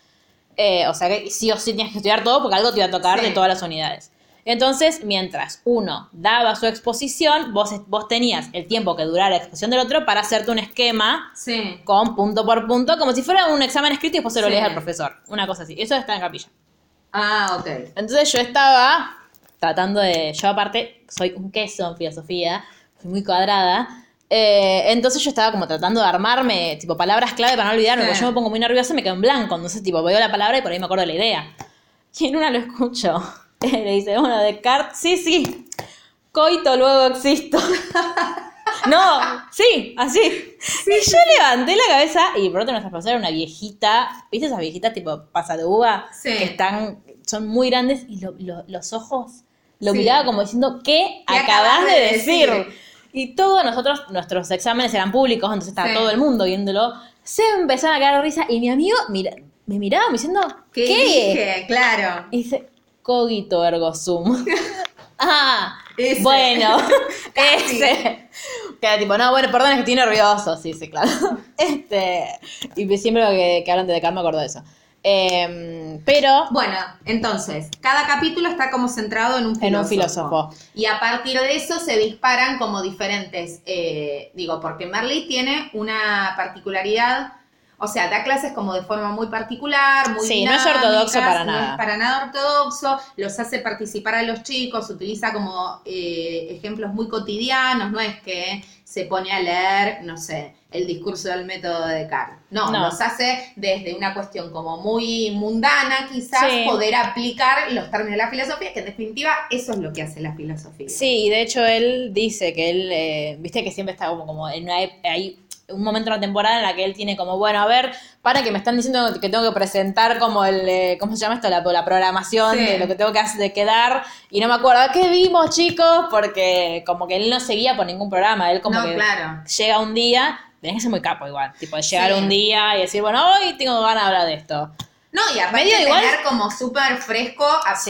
Speaker 1: Eh, o sea que sí o sí tenías que estudiar todo porque algo te iba a tocar
Speaker 2: Sí.
Speaker 1: de todas las unidades. Entonces, mientras uno daba su exposición, vos, vos tenías el tiempo que durara la exposición del otro para hacerte un esquema
Speaker 2: Sí.
Speaker 1: con punto por punto, como si fuera un examen escrito y después se lo
Speaker 2: Sí.
Speaker 1: lees al profesor. Una cosa así. Eso está en capilla.
Speaker 2: Ah, ok.
Speaker 1: Entonces yo estaba tratando de. Yo, aparte, soy un queso en filosofía, soy muy cuadrada. Eh, entonces yo estaba como tratando de armarme, tipo, palabras clave para no olvidarme,
Speaker 2: Sí.
Speaker 1: porque yo me pongo muy nerviosa y me quedo en blanco. Entonces, tipo, veo la palabra y por ahí me acuerdo de la idea. Y en una lo escucho. Le dice, bueno, Descartes, sí, sí. Coito, luego existo. No, sí, así. y yo levanté la cabeza y por otro nuestra profesora era una viejita, ¿viste esas viejitas tipo pasa de uva?
Speaker 2: Sí.
Speaker 1: Que están, son muy grandes y lo- lo- los ojos lo
Speaker 2: Sí.
Speaker 1: miraba como diciendo, ¿qué,
Speaker 2: ¿Qué
Speaker 1: acabas de decir?
Speaker 2: decir?
Speaker 1: Y todos nosotros, nuestros exámenes eran públicos, entonces estaba
Speaker 2: Sí.
Speaker 1: todo el mundo viéndolo. Se empezaron a caer de risa y mi amigo mira- me miraba como diciendo, ¿qué?
Speaker 2: ¿Qué? dije? Claro.
Speaker 1: Y dice, cogito ergo sum. ah,
Speaker 2: Ese.
Speaker 1: bueno,
Speaker 2: Casi.
Speaker 1: ese. Queda tipo, no, bueno, perdón, es que estoy nervioso. Sí, sí, claro. este, y siempre que, que hablan de Descartes me acuerdo de eso. Em, pero,
Speaker 2: Bueno, entonces, cada capítulo está como centrado en un filósofo.
Speaker 1: En un filósofo.
Speaker 2: Y a partir de eso se disparan como diferentes, eh, digo, porque Merlí tiene una particularidad, o sea, da clases como de forma muy particular, muy
Speaker 1: Sí, no es
Speaker 2: dinámicas,
Speaker 1: ortodoxo para
Speaker 2: No
Speaker 1: nada.
Speaker 2: es para nada ortodoxo, los hace participar a los chicos, utiliza como eh, ejemplos muy cotidianos, no es que se pone a leer, no sé, el discurso del método de Descartes. No,
Speaker 1: No.
Speaker 2: los hace desde una cuestión como muy mundana, quizás,
Speaker 1: Sí.
Speaker 2: poder aplicar los términos de la filosofía, que en definitiva eso es lo que hace la filosofía.
Speaker 1: sí, y de hecho él dice que él, eh, viste que siempre está como, como en una, ep- hay un momento en la temporada en la que él tiene como, bueno, a ver, para que me están diciendo que tengo que presentar como el, eh, ¿cómo se llama esto? La, la programación
Speaker 2: Sí.
Speaker 1: de lo que tengo que hacer, de quedar, y no me acuerdo, ¿qué vimos chicos? Porque como que él no seguía por ningún programa, él como
Speaker 2: no,
Speaker 1: que
Speaker 2: claro.
Speaker 1: llega un día, tenés que ser muy capo igual, tipo de llegar
Speaker 2: Sí.
Speaker 1: un día y decir, bueno, hoy tengo ganas de hablar de esto.
Speaker 2: No, y aparte
Speaker 1: Medio
Speaker 2: tener
Speaker 1: igual-
Speaker 2: como súper fresco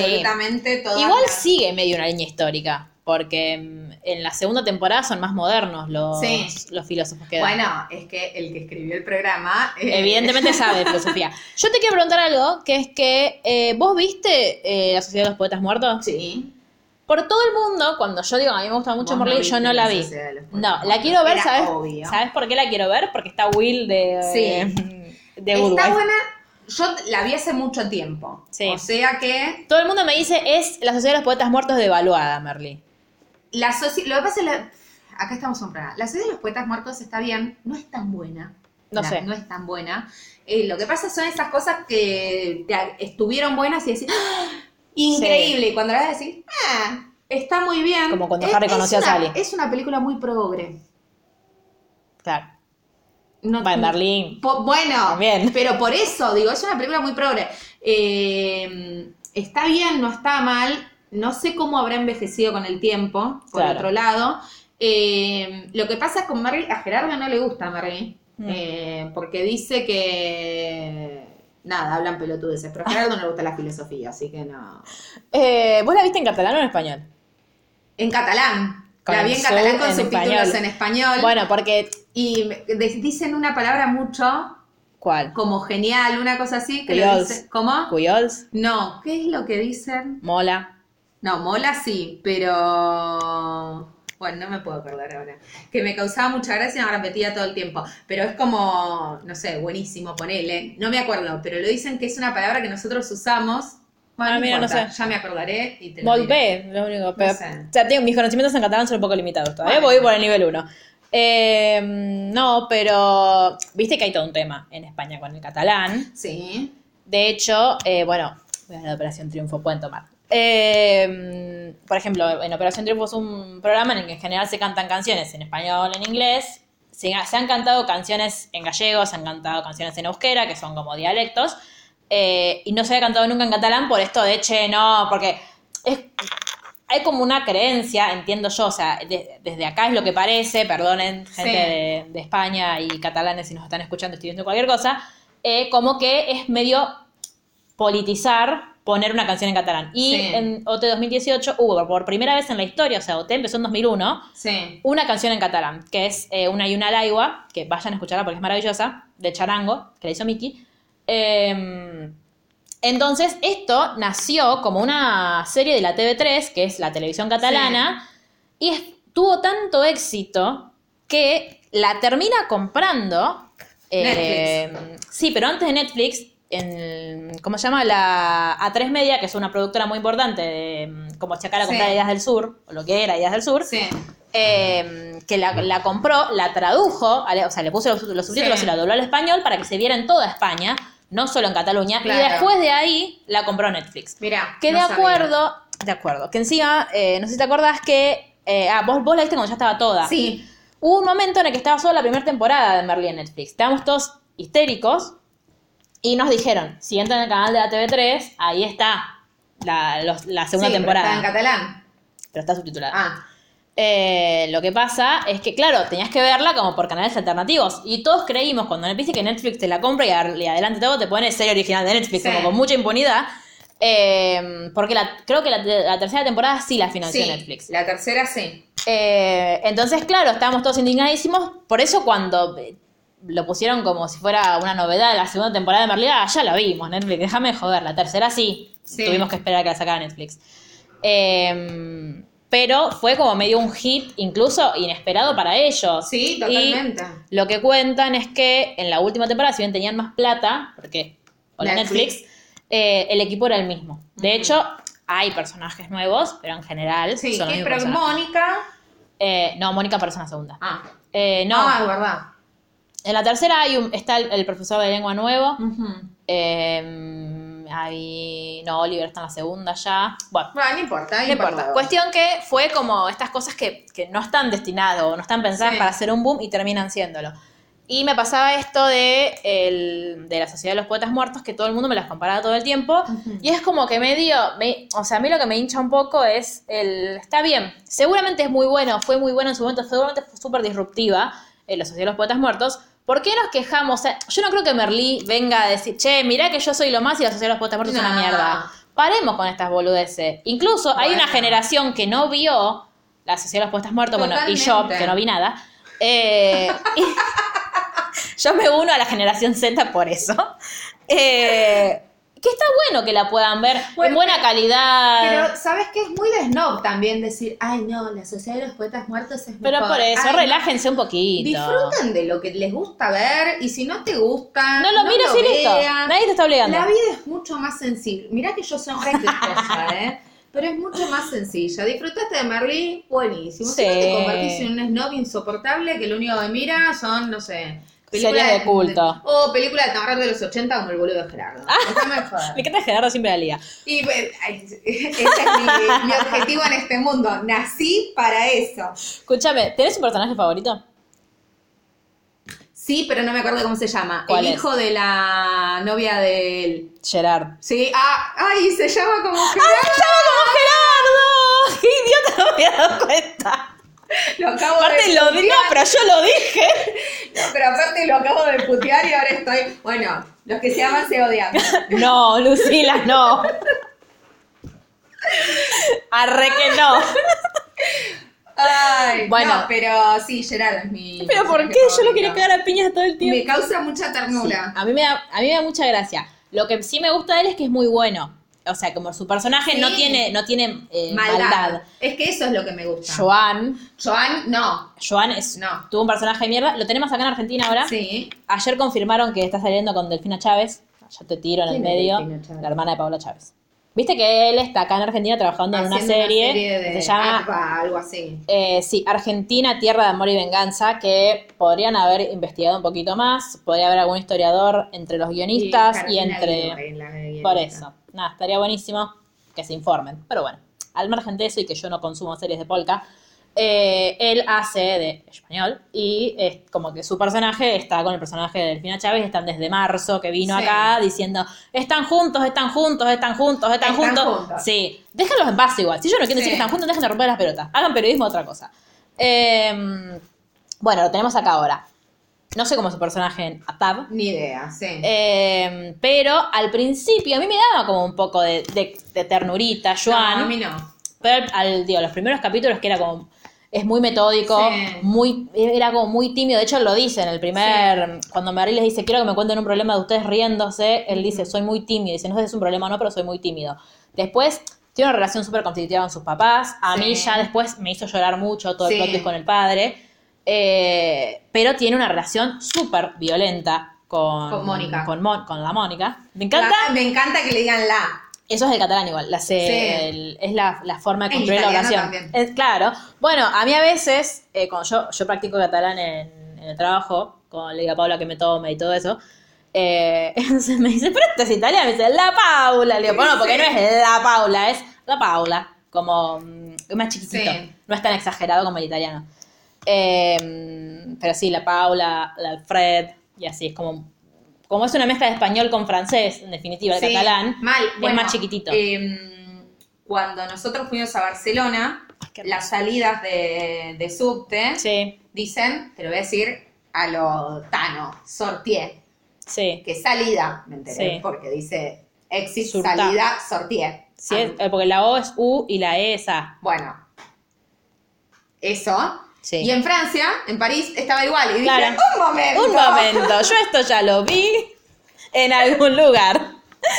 Speaker 2: absolutamente todo.
Speaker 1: Igual sigue medio una línea histórica, porque mm, en la segunda temporada son más modernos los,
Speaker 2: Sí.
Speaker 1: los filósofos que dan.
Speaker 2: Bueno, es que el que escribió el programa... eh,
Speaker 1: Evidentemente sabe de filosofía. Yo te quiero preguntar algo, que es que eh, vos viste eh, La Sociedad de los Poetas Muertos.
Speaker 2: Sí.
Speaker 1: Por todo el mundo, cuando yo digo, a mí me gusta mucho
Speaker 2: Vos no
Speaker 1: Morley, yo
Speaker 2: viste
Speaker 1: no la vi.
Speaker 2: Sociedad de los Poetas
Speaker 1: No, la
Speaker 2: Muertos.
Speaker 1: quiero ver,
Speaker 2: Era
Speaker 1: ¿sabes?
Speaker 2: obvio.
Speaker 1: ¿Sabes por qué la quiero ver? Porque está Will de, eh,
Speaker 2: Sí.
Speaker 1: de
Speaker 2: Está
Speaker 1: Uruguay.
Speaker 2: buena, yo la vi hace mucho tiempo.
Speaker 1: Sí.
Speaker 2: O sea que
Speaker 1: Todo el mundo me dice, es La Sociedad de los Poetas Muertos devaluada, Merly.
Speaker 2: La soci- lo que pasa es la- acá estamos en programa. La sociedad de los poetas muertos está bien, no es tan buena.
Speaker 1: No
Speaker 2: La-
Speaker 1: sé.
Speaker 2: No es tan buena. Eh, lo que pasa son esas cosas que te a- estuvieron buenas y decís, ¡Ah! increíble. Y cuando la ves decís, "Ah, está muy bien.
Speaker 1: Como cuando Harry conoció a
Speaker 2: una-
Speaker 1: Sally.
Speaker 2: Es una película muy progre.
Speaker 1: Claro.
Speaker 2: No,
Speaker 1: Va, Merlí.
Speaker 2: Po- bueno,
Speaker 1: También.
Speaker 2: pero por eso, digo, es una película muy progre. Eh, está bien, no está mal. No sé cómo habrá envejecido con el tiempo, por
Speaker 1: Claro.
Speaker 2: otro lado. Eh, lo que pasa con Marley, a Gerardo no le gusta Marley,
Speaker 1: Mm.
Speaker 2: eh, porque dice que. Nada, hablan pelotudeces, pero a Gerardo no le gusta la filosofía, así que no.
Speaker 1: Eh, ¿Vos la viste en catalán o en español?
Speaker 2: En catalán.
Speaker 1: Con
Speaker 2: la vi
Speaker 1: el
Speaker 2: en catalán
Speaker 1: sub
Speaker 2: con
Speaker 1: en
Speaker 2: subtítulos
Speaker 1: español.
Speaker 2: en español.
Speaker 1: Bueno, porque.
Speaker 2: Y me- de- dicen una palabra mucho,
Speaker 1: ¿Cuál?
Speaker 2: como genial, una cosa así, que lo
Speaker 1: Curioso.
Speaker 2: dicen. ¿Cómo?
Speaker 1: Cuyols,
Speaker 2: No, ¿qué es lo que dicen?
Speaker 1: mola.
Speaker 2: No, mola sí, pero. Bueno, no me puedo acordar ahora. Que me causaba mucha gracia y me repetía todo el tiempo. Pero es como, no sé, buenísimo, ponele. No me acuerdo, pero lo dicen que es una palabra que nosotros usamos. Bueno,
Speaker 1: Ah,
Speaker 2: no
Speaker 1: mira,
Speaker 2: importa,
Speaker 1: no sé.
Speaker 2: ya me acordaré y te lo
Speaker 1: Molt
Speaker 2: diré.
Speaker 1: bé, lo único. Pero,
Speaker 2: sé.
Speaker 1: O sea, tengo, mis conocimientos en catalán son un poco limitados. Todavía
Speaker 2: Bueno.
Speaker 1: voy por el nivel 1. no, pero. Viste que hay todo un tema en España con el catalán.
Speaker 2: Sí.
Speaker 1: De hecho, eh, bueno, voy a hablar de Operación Triunfo, pueden tomar. Eh, por ejemplo, en Operación Triunfo es un programa en el que en general se cantan canciones en español, en inglés. Se, se han cantado canciones en gallego, se han cantado canciones en euskera, que son como dialectos. eh, y no se había cantado nunca en catalán por esto de che, no, porque es, hay como una creencia, entiendo yo, o sea, de- desde acá es lo que parece, perdonen gente
Speaker 2: Sí.
Speaker 1: de, de España y catalanes si nos están escuchando, estoy diciendo cualquier cosa, eh, como que es medio politizar poner una canción en catalán. Y
Speaker 2: Sí.
Speaker 1: en OT 2018 hubo por primera vez en la historia, o sea, OT empezó en 2001,
Speaker 2: Sí.
Speaker 1: una canción en catalán, que es eh, Una y una al aigua, que vayan a escucharla porque es maravillosa, de Charango, que la hizo Miki. Eh, Entonces, esto nació como una serie de la TV3, que es la televisión catalana, y es- tuvo tanto éxito que la termina comprando. eh, sí, pero antes de Netflix, en, ¿cómo se llama? La A3 Media, que es una productora muy importante, de, mm, como Chacara
Speaker 2: Sí.
Speaker 1: comprar Ideas del Sur, o lo que era Ideas del Sur,
Speaker 2: Sí.
Speaker 1: eh, que la, la compró, la tradujo, a la- o sea, le puso los, los subtítulos
Speaker 2: Sí.
Speaker 1: y la dobló al español para que se viera en toda España, no solo en Cataluña.
Speaker 2: Claro.
Speaker 1: Y después de ahí la compró Netflix.
Speaker 2: Mirá.
Speaker 1: Que
Speaker 2: no
Speaker 1: de
Speaker 2: sabía.
Speaker 1: acuerdo, de acuerdo, que encima, eh, no sé si te acordás que. eh, ah, vos, vos la viste cuando ya estaba toda.
Speaker 2: Sí.
Speaker 1: Hubo un momento en el que estaba solo la primera temporada de Merlí en Netflix. Estábamos todos histéricos y nos dijeron: si entran al canal de la TV3, ahí está la, los- la segunda
Speaker 2: Sí, pero
Speaker 1: temporada.
Speaker 2: Está en catalán.
Speaker 1: pero está subtitulada.
Speaker 2: Ah,
Speaker 1: Eh, lo que pasa es que, claro, tenías que verla como por canales alternativos. Y todos creímos, cuando viste que Netflix te la compra y, ar- y adelante todo, te pone serie original de Netflix,
Speaker 2: Sí.
Speaker 1: como con mucha impunidad. Eh, porque la- creo que la, la tercera temporada sí la financió
Speaker 2: sí.
Speaker 1: Netflix.
Speaker 2: La tercera sí.
Speaker 1: Eh, entonces, claro, estábamos todos indignadísimos. Por eso cuando eh, lo pusieron como si fuera una novedad la segunda temporada de Merlina, ah, ya la vimos, Netflix, déjame de joder, la tercera sí.
Speaker 2: Sí.
Speaker 1: Tuvimos que esperar a que la sacara Netflix. Eh, pero fue como medio un hit, incluso inesperado para ellos.
Speaker 2: Sí,
Speaker 1: Y
Speaker 2: totalmente.
Speaker 1: lo que cuentan es que en la última temporada, si bien tenían más plata, porque hola
Speaker 2: Netflix.
Speaker 1: Netflix, eh, el equipo era el mismo. De hecho, hay personajes nuevos, pero en general
Speaker 2: Sí,
Speaker 1: son los
Speaker 2: que-
Speaker 1: mismos
Speaker 2: pero
Speaker 1: personajes.
Speaker 2: Mónica.
Speaker 1: Eh, no, Mónica Persona Segunda.
Speaker 2: Ah,
Speaker 1: Eh, no,
Speaker 2: Ah, es verdad.
Speaker 1: en la tercera hay un, está el, el profesor de lengua nuevo.
Speaker 2: Ujú.
Speaker 1: Eh, hay- no, Oliver está en la segunda ya. Bueno,
Speaker 2: Bueno, no importa.
Speaker 1: no importa. Cuestión que fue como estas cosas que, que no están destinadas o no están pensadas
Speaker 2: Sí.
Speaker 1: para hacer un boom y terminan siéndolo. Y me pasaba esto de, el- de la Sociedad de los Poetas Muertos, que todo el mundo me las comparaba todo el tiempo. Y es como que medio, me, o sea, a mí lo que me hincha un poco es el, está bien, seguramente es muy bueno, fue muy bueno en su momento, seguramente fue súper disruptiva eh, la Sociedad de los Poetas Muertos. ¿Por qué nos quejamos? O sea, yo no creo que Merlí venga a decir, che, mirá que yo soy lo más y la Sociedad de los Poetas Muertos es
Speaker 2: No.
Speaker 1: una mierda. Paremos con estas boludeces. Incluso hay
Speaker 2: Bueno.
Speaker 1: una generación que no vio la Sociedad de los Poetas Muertos, bueno, y yo,
Speaker 2: Totalmente.
Speaker 1: que no vi nada. eh, y- yo me uno a la generación Z por eso. Eh, que está bueno que la puedan ver
Speaker 2: Bueno,
Speaker 1: en buena calidad.
Speaker 2: Pero, ¿sabes qué? Es muy de snob también decir, ay, no, la sociedad de los poetas muertos es
Speaker 1: Pero
Speaker 2: mejor.
Speaker 1: por eso,
Speaker 2: Ay, no.
Speaker 1: relájense un poquito.
Speaker 2: Disfrutan de lo que les gusta ver y si no te gusta,
Speaker 1: No lo mires y listo.
Speaker 2: veas.
Speaker 1: Nadie te está obligando.
Speaker 2: La vida es mucho más sencilla. Mirá que yo soy respetuosa, ¿eh? Pero es mucho más sencilla. Disfrutaste de Merlí, buenísimo. Si no
Speaker 1: Sí.
Speaker 2: te convertís en un snob insoportable que lo único que mira son, no sé,
Speaker 1: Series de culto.
Speaker 2: O películas de terror de los 80 como el boludo de Gerardo. Déjame de joder.
Speaker 1: Me encanta Gerardo siempre al día.
Speaker 2: Y pues, ay, ese es mi, mi objetivo en este mundo. Nací para eso.
Speaker 1: Escúchame, ¿tenés un personaje favorito?
Speaker 2: Sí, pero no me acuerdo cómo se llama.
Speaker 1: ¿Cuál
Speaker 2: el
Speaker 1: es?
Speaker 2: hijo de la novia del.
Speaker 1: Gerard.
Speaker 2: Sí, ah, ay, se llama como
Speaker 1: ¡Me
Speaker 2: Gerardo.
Speaker 1: llamo como Gerardo! ¡Qué idiota! No me he dado cuenta.
Speaker 2: Lo acabo
Speaker 1: Aparte
Speaker 2: de
Speaker 1: lo
Speaker 2: putear,
Speaker 1: di- no, pero yo lo dije.
Speaker 2: pero aparte lo acabo de putear y ahora estoy. Bueno, los que se aman se odian.
Speaker 1: No, Lucila, no. Arre que no.
Speaker 2: Ay,
Speaker 1: Bueno.
Speaker 2: no, pero sí, Gerardo es mi.
Speaker 1: Pero ¿por
Speaker 2: personaje
Speaker 1: qué? Yo lo
Speaker 2: favorito.
Speaker 1: quería cagar a piñas todo el tiempo.
Speaker 2: Me causa mucha ternura.
Speaker 1: A mí, me da, a mí me da mucha gracia. Lo que sí me gusta de él es que es muy bueno. O sea, como su personaje
Speaker 2: Sí.
Speaker 1: no tiene, no tiene eh,
Speaker 2: Maldad.
Speaker 1: maldad.
Speaker 2: Es que eso es lo que me gusta.
Speaker 1: Joan,
Speaker 2: Joan, no.
Speaker 1: Joan es,
Speaker 2: No.
Speaker 1: tuvo un personaje de mierda. Lo tenemos acá en Argentina ahora.
Speaker 2: Sí.
Speaker 1: Ayer confirmaron que está saliendo con Delfina Chávez. Ya te tiro en el
Speaker 2: ¿Quién es
Speaker 1: medio.
Speaker 2: Delfina Chávez?
Speaker 1: La hermana de Paola Chávez. Viste que él está acá en Argentina trabajando en
Speaker 2: Haciendo
Speaker 1: una serie,
Speaker 2: de
Speaker 1: que se llama
Speaker 2: Arpa, algo así.
Speaker 1: Eh, sí, Argentina, Tierra de Amor y Venganza, que podrían haber investigado un poquito más, podría haber algún historiador entre los guionistas y,
Speaker 2: Carolina
Speaker 1: entre...
Speaker 2: Aguirre, la guionista.
Speaker 1: Por eso. Nada, estaría buenísimo que se informen. Pero bueno, al margen de eso y que yo no consumo series de polka, eh, él hace de español y es como que su personaje está con el personaje de Delfina Chávez, están desde marzo que vino
Speaker 2: Sí.
Speaker 1: acá diciendo, están juntos, están juntos, están juntos, están,
Speaker 2: Están
Speaker 1: juntos.
Speaker 2: juntos.
Speaker 1: Sí, déjenlos en paz igual. Si ellos no quieren decir
Speaker 2: Sí.
Speaker 1: que están juntos, dejen de romper las pelotas. Hagan periodismo otra cosa. Eh, bueno, lo tenemos acá ahora. No sé cómo es su personaje en Atab.
Speaker 2: Ni idea, sí.
Speaker 1: Eh, pero al principio a mí me daba como un poco de, de- de ternurita,
Speaker 2: No,
Speaker 1: Joan.
Speaker 2: a mí no.
Speaker 1: Pero al, al- digo, los primeros capítulos que era como. es muy metódico,
Speaker 2: Sí.
Speaker 1: muy, era como muy tímido. De hecho, él lo dice en el primer. Cuando Marí les dice, quiero que me cuenten un problema de ustedes riéndose, él dice, soy muy tímido. Dice, no sé si es un problema o no, pero soy muy tímido. Después. Tiene una relación súper conflictiva con sus papás. A mí
Speaker 2: Sí.
Speaker 1: ya después me hizo llorar mucho todo el
Speaker 2: Sí.
Speaker 1: plot twist con el padre. Eh, pero tiene una relación súper violenta con,
Speaker 2: Con Mónica.
Speaker 1: Con, Mon- con la Mónica. Me encanta.
Speaker 2: La- me encanta que le digan la.
Speaker 1: Eso es de catalán igual, la se-
Speaker 2: Sí.
Speaker 1: el- es la, la forma de
Speaker 2: En
Speaker 1: construir la
Speaker 2: italiano
Speaker 1: oración.
Speaker 2: también.
Speaker 1: Es- claro. Bueno, a mí a veces, eh, cuando yo, yo practico catalán en, en el trabajo, con le digo a Paula que me tome y todo eso, eh, entonces me dice, pero esto es italiano, me dice, la Paula. Le digo, bueno, porque no es la Paula, es la Paula, como mm, más chiquitito.
Speaker 2: Sí.
Speaker 1: No es tan exagerado como el italiano. Eh, pero sí, la Paula, la Alfred, y así, es como... Como es una mezcla de español con francés, en definitiva, el
Speaker 2: Sí,
Speaker 1: catalán.
Speaker 2: Mal,
Speaker 1: es
Speaker 2: bueno,
Speaker 1: más chiquitito.
Speaker 2: eh, cuando nosotros fuimos a Barcelona,
Speaker 1: qué hermoso.
Speaker 2: las salidas de, de subte
Speaker 1: Sí,
Speaker 2: dicen, te lo voy a decir a lo Tano, sortié,
Speaker 1: sí.
Speaker 2: que salida, me enteré,
Speaker 1: Sí.
Speaker 2: porque dice exit,
Speaker 1: Surta.
Speaker 2: salida, sortié.
Speaker 1: Sí,
Speaker 2: Ah,
Speaker 1: es- eh, porque la O es U y la E es A.
Speaker 2: Bueno, eso.
Speaker 1: Sí.
Speaker 2: Y en Francia, en París, estaba igual. Y dije,
Speaker 1: Claro.
Speaker 2: un momento.
Speaker 1: Un momento, yo esto ya lo vi en algún lugar.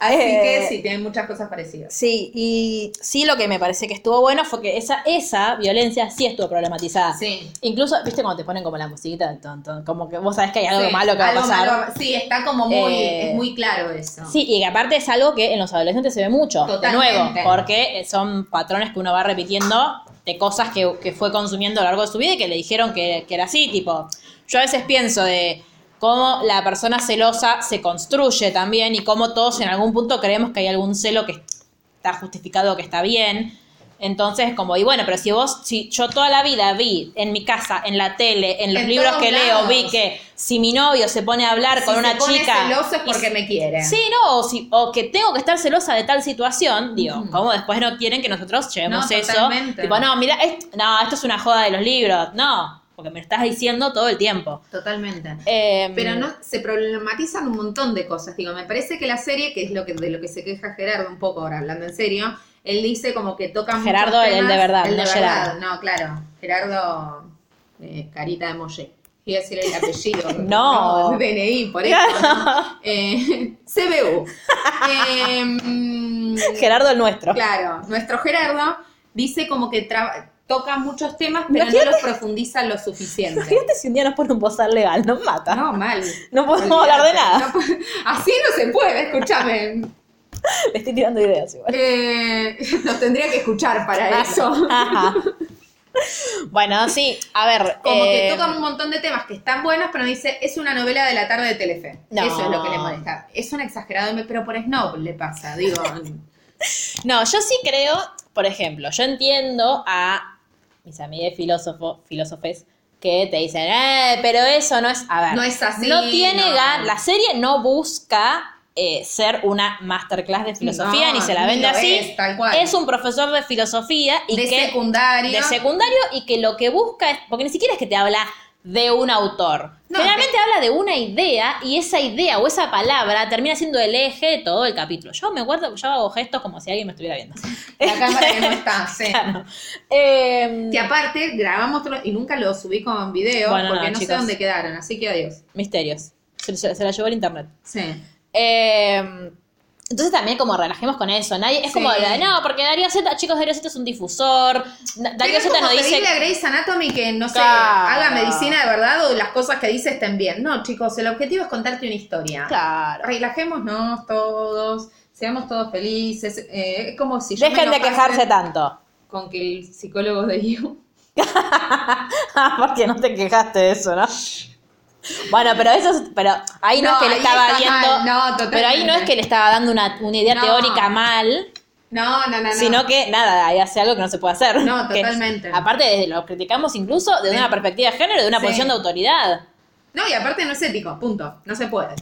Speaker 2: Así
Speaker 1: Eh,
Speaker 2: que sí, tienen muchas cosas parecidas.
Speaker 1: Sí, y sí lo que me parece que estuvo bueno fue que esa, esa violencia sí estuvo problematizada.
Speaker 2: Sí.
Speaker 1: Incluso, viste cuando te ponen como la musiquita, del ton, ton, como que vos sabés que hay algo
Speaker 2: Sí,
Speaker 1: malo que va a
Speaker 2: algo
Speaker 1: pasar.
Speaker 2: malo- sí, está como muy,
Speaker 1: Eh,
Speaker 2: es muy claro eso.
Speaker 1: Sí, y que aparte es algo que en los adolescentes se ve mucho, de nuevo,
Speaker 2: Totalmente.
Speaker 1: porque eh, son patrones que uno va repitiendo de cosas que, que fue consumiendo a lo largo de su vida y que le dijeron que, que era así, tipo, yo a veces pienso de cómo la persona celosa se construye también y cómo todos en algún punto creemos que hay algún celo que está justificado, que está bien. Entonces, como, y bueno, pero si vos, si yo toda la vida vi en mi casa, en la tele, en los
Speaker 2: En
Speaker 1: libros
Speaker 2: todos
Speaker 1: que leo,
Speaker 2: lados.
Speaker 1: vi que si mi novio se pone a hablar con
Speaker 2: Si
Speaker 1: una
Speaker 2: se pone
Speaker 1: chica.
Speaker 2: celoso es
Speaker 1: y
Speaker 2: porque me quiere.
Speaker 1: Sí, no, o, si- o que tengo que estar celosa de tal situación, digo,
Speaker 2: Ujú.
Speaker 1: ¿cómo después no quieren que nosotros llevemos
Speaker 2: No,
Speaker 1: eso?
Speaker 2: totalmente.
Speaker 1: Tipo, no, mira, est- no, esto es una joda de los libros, no, porque me lo estás diciendo todo el tiempo.
Speaker 2: Totalmente.
Speaker 1: Em,
Speaker 2: Pero no, se problematizan un montón de cosas. Digo, me parece que la serie, que es lo que, de lo que se queja Gerardo un poco ahora, hablando en serio, él dice como que toca muchos
Speaker 1: Gerardo, el
Speaker 2: temas-
Speaker 1: de verdad,
Speaker 2: el de
Speaker 1: no
Speaker 2: verdad.
Speaker 1: Gerardo.
Speaker 2: No, claro. Gerardo, eh, carita de molle. Iba a decir el apellido. pero
Speaker 1: No.
Speaker 2: no, DNI, por eso. Eh, CBU. Em,
Speaker 1: Gerardo el nuestro.
Speaker 2: Claro, nuestro Gerardo dice como que tra- toca muchos temas, pero no los profundiza lo suficiente.
Speaker 1: Imagínate si un día nos pone un bozal legal, nos mata.
Speaker 2: No, mal.
Speaker 1: No podemos hablar de nada.
Speaker 2: No po- así no se puede, escúchame.
Speaker 1: Le estoy tirando ideas igual.
Speaker 2: Eh, nos tendría que escuchar para eso.
Speaker 1: Ajá. Bueno, sí, a ver.
Speaker 2: Como que
Speaker 1: em,
Speaker 2: toca un montón de temas que están buenos, pero dice, es una novela de la tarde de Telefe.
Speaker 1: No.
Speaker 2: Eso es lo que le molesta. Es un exagerado, pero por snob le pasa, digo.
Speaker 1: No, yo sí creo, por ejemplo, yo entiendo a mis amigos filósofos, filósofes, que te dicen, eh, pero eso no es, a ver,
Speaker 2: No es así,
Speaker 1: no tiene
Speaker 2: no.
Speaker 1: gan- la serie no busca eh, ser una masterclass de filosofía,
Speaker 2: No,
Speaker 1: ni se la
Speaker 2: ni
Speaker 1: vende
Speaker 2: lo
Speaker 1: así,
Speaker 2: es, tal cual.
Speaker 1: es un profesor de filosofía y
Speaker 2: de
Speaker 1: que
Speaker 2: secundario.
Speaker 1: de secundario y que lo que busca es, porque ni siquiera es que te habla de un autor.
Speaker 2: No,
Speaker 1: Generalmente habla de una idea y esa idea o esa palabra termina siendo el eje de todo el capítulo. Yo me acuerdo, yo hago gestos como si alguien me estuviera viendo.
Speaker 2: la cámara que no está, sí.
Speaker 1: Claro. Eh,
Speaker 2: Que aparte grabamos todo- y nunca los subí con video
Speaker 1: Bueno,
Speaker 2: porque
Speaker 1: no,
Speaker 2: no, sé
Speaker 1: chicos.
Speaker 2: dónde quedaron, así que adiós.
Speaker 1: misterios. Se, se- se la llevó el internet.
Speaker 2: Sí.
Speaker 1: Eh, entonces también como relajemos con eso. Nadie, es
Speaker 2: Sí.
Speaker 1: como, de, no, porque Darío Z, chicos, Darío Z es un difusor. Na-
Speaker 2: Pero
Speaker 1: Darío
Speaker 2: es
Speaker 1: Z
Speaker 2: como
Speaker 1: no dice...
Speaker 2: pedirle a Grey's Anatomy que, no sé,
Speaker 1: Claro.
Speaker 2: haga medicina de verdad o las cosas que dice estén bien. No, chicos, el objetivo es contarte una historia.
Speaker 1: Claro.
Speaker 2: Relajémonos todos, seamos todos felices. eh, es como si yo me
Speaker 1: Dejen de
Speaker 2: enojase
Speaker 1: quejarse tanto.
Speaker 2: con que el psicólogo de You.
Speaker 1: Ah, porque no te quejaste de eso, ¿no? Bueno, pero eso es- pero ahí no,
Speaker 2: No,
Speaker 1: es que le
Speaker 2: ahí
Speaker 1: estaba
Speaker 2: está
Speaker 1: viendo,
Speaker 2: mal. No, totalmente.
Speaker 1: pero ahí no es que le estaba dando una, una idea
Speaker 2: No.
Speaker 1: teórica mal,
Speaker 2: No, no, no, no.
Speaker 1: sino que nada, ahí hace algo que no se puede hacer.
Speaker 2: No,
Speaker 1: Que-
Speaker 2: totalmente.
Speaker 1: aparte de- lo criticamos incluso desde
Speaker 2: Sí.
Speaker 1: una perspectiva de género, de una
Speaker 2: Sí.
Speaker 1: posición de autoridad.
Speaker 2: No, y aparte no es ético, punto. No se puede.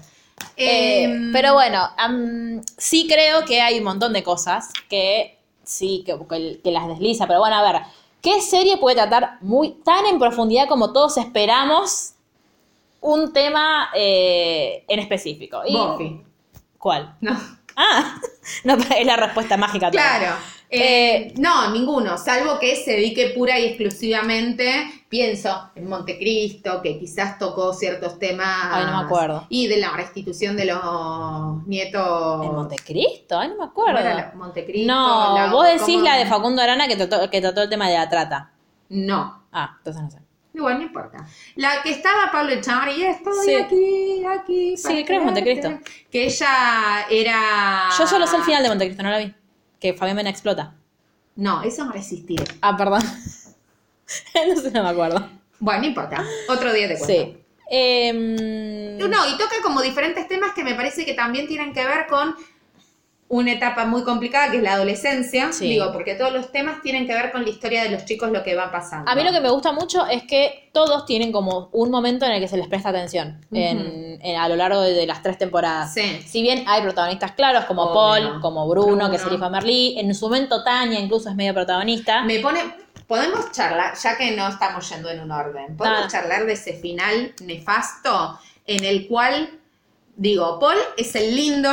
Speaker 1: Eh,
Speaker 2: Em,
Speaker 1: pero bueno, am, sí creo que hay un montón de cosas que sí, que, que- que las desliza. Pero bueno, a ver, ¿qué serie puede tratar muy tan en profundidad como todos esperamos un tema eh, en específico? Y-
Speaker 2: Buffy.
Speaker 1: ¿Cuál?
Speaker 2: No.
Speaker 1: Ah, no, es la respuesta mágica. a todo.
Speaker 2: Claro. Eh, no, ninguno, salvo que se dedique pura y exclusivamente, pienso, en Montecristo, que quizás tocó ciertos temas.
Speaker 1: Ay, no me acuerdo.
Speaker 2: Y de la restitución de los nietos.
Speaker 1: ¿En Montecristo? Ay, no me
Speaker 2: ¿Cómo
Speaker 1: acuerdo.
Speaker 2: era la- Montecristo.
Speaker 1: No,
Speaker 2: la-
Speaker 1: vos decís
Speaker 2: ¿cómo?
Speaker 1: la de Facundo Arana que trató, que trató el tema de la trata.
Speaker 2: No,
Speaker 1: Ah, entonces no sé.
Speaker 2: igual no importa. La que estaba Pablo Echamar y estoy
Speaker 1: Sí.
Speaker 2: aquí, aquí.
Speaker 1: Sí,
Speaker 2: para
Speaker 1: creo que
Speaker 2: quererte.
Speaker 1: Montecristo.
Speaker 2: Que ella era.
Speaker 1: Yo solo sé el final de Montecristo, no la vi. Que Fabián Mena explota.
Speaker 2: No, eso es resistir.
Speaker 1: Ah, perdón. Entonces no me acuerdo.
Speaker 2: Bueno, no importa. Otro día te cuento.
Speaker 1: Sí. Em,
Speaker 2: No, y toca como diferentes temas que me parece que también tienen que ver con una etapa muy complicada que es la adolescencia.
Speaker 1: Sí.
Speaker 2: Digo, porque todos los temas tienen que ver con la historia de los chicos, lo que va pasando.
Speaker 1: A mí lo que me gusta mucho es que todos tienen como un momento en el que se les presta atención en- en- a lo largo de, de las tres temporadas.
Speaker 2: Sí.
Speaker 1: Si bien hay protagonistas claros como
Speaker 2: Obvio.
Speaker 1: Paul, como Bruno,
Speaker 2: Bruno.
Speaker 1: que es el hijo de Merlí, en su momento Tania incluso es medio protagonista.
Speaker 2: Me pone. Podemos charlar, ya que no estamos yendo en un orden, podemos
Speaker 1: Dale.
Speaker 2: charlar de ese final nefasto en el cual, digo, Paul es el lindo,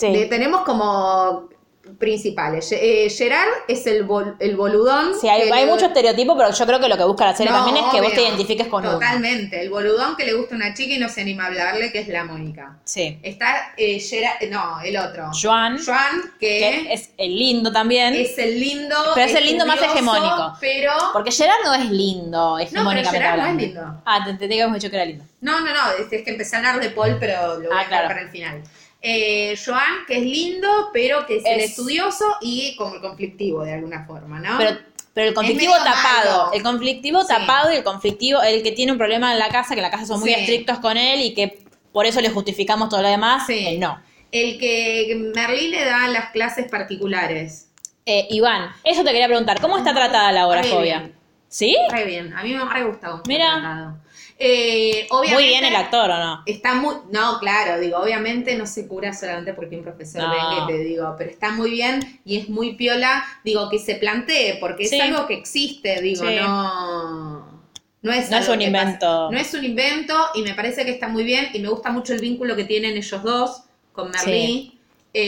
Speaker 2: le tenemos como principales. Ye- eh, Gerard es el, bol- el boludón.
Speaker 1: Sí, hay,
Speaker 2: que
Speaker 1: hay
Speaker 2: le-
Speaker 1: mucho estereotipo, pero yo creo que lo que busca la serie
Speaker 2: No,
Speaker 1: también es que vos
Speaker 2: obvio.
Speaker 1: te identifiques con uno.
Speaker 2: Totalmente. El boludón que le gusta a una chica y no se anima a hablarle, que es la Mónica.
Speaker 1: Sí.
Speaker 2: Está eh, Gerard- no, el otro.
Speaker 1: Joan,
Speaker 2: Joan,
Speaker 1: que
Speaker 2: que,
Speaker 1: es el lindo también.
Speaker 2: es, el lindo.
Speaker 1: Pero es el lindo más hegemónico.
Speaker 2: Pero.
Speaker 1: Porque Gerard no es lindo,
Speaker 2: No, pero
Speaker 1: hegemónicamente
Speaker 2: Gerard no es
Speaker 1: hablando.
Speaker 2: lindo.
Speaker 1: Ah, te entendí que habíamos dicho que era lindo.
Speaker 2: No, no, no. Es, es que empecé a hablar de Paul, pero lo voy
Speaker 1: Ah,
Speaker 2: a dejar
Speaker 1: claro.
Speaker 2: para el final. Eh, Joan, que es lindo, pero que es, el
Speaker 1: Es-
Speaker 2: estudioso y como el conflictivo de alguna forma, ¿no?
Speaker 1: Pero, pero el conflictivo
Speaker 2: Ah. medio
Speaker 1: tapado,
Speaker 2: malo.
Speaker 1: el conflictivo
Speaker 2: Sí.
Speaker 1: tapado y el conflictivo, el que tiene un problema en la casa, que en la casa son muy
Speaker 2: Sí.
Speaker 1: estrictos con él y que por eso le justificamos todo lo demás,
Speaker 2: Sí.
Speaker 1: eh, no.
Speaker 2: el que Merlín le da las clases particulares.
Speaker 1: Eh, Iván, eso te quería preguntar, ¿cómo está tratada la
Speaker 2: Ah, Re
Speaker 1: agorafobia?
Speaker 2: bien.
Speaker 1: ¿sí
Speaker 2: Re bien, a mí me re gustó. cómo
Speaker 1: Mira.
Speaker 2: fue tratado. Eh, obviamente,
Speaker 1: Muy bien el actor, ¿o no?
Speaker 2: Está muy, no, claro, digo, obviamente no se cura solamente porque un profesor
Speaker 1: No.
Speaker 2: venga y te digo, pero está muy bien y es muy piola, digo, que se plantee, porque
Speaker 1: Sí.
Speaker 2: es algo que existe, digo,
Speaker 1: Sí.
Speaker 2: no. No es,
Speaker 1: No es
Speaker 2: algo
Speaker 1: un
Speaker 2: que
Speaker 1: invento.
Speaker 2: pasa. No es un invento y me parece que está muy bien y me gusta mucho el vínculo que tienen ellos dos con Merlí.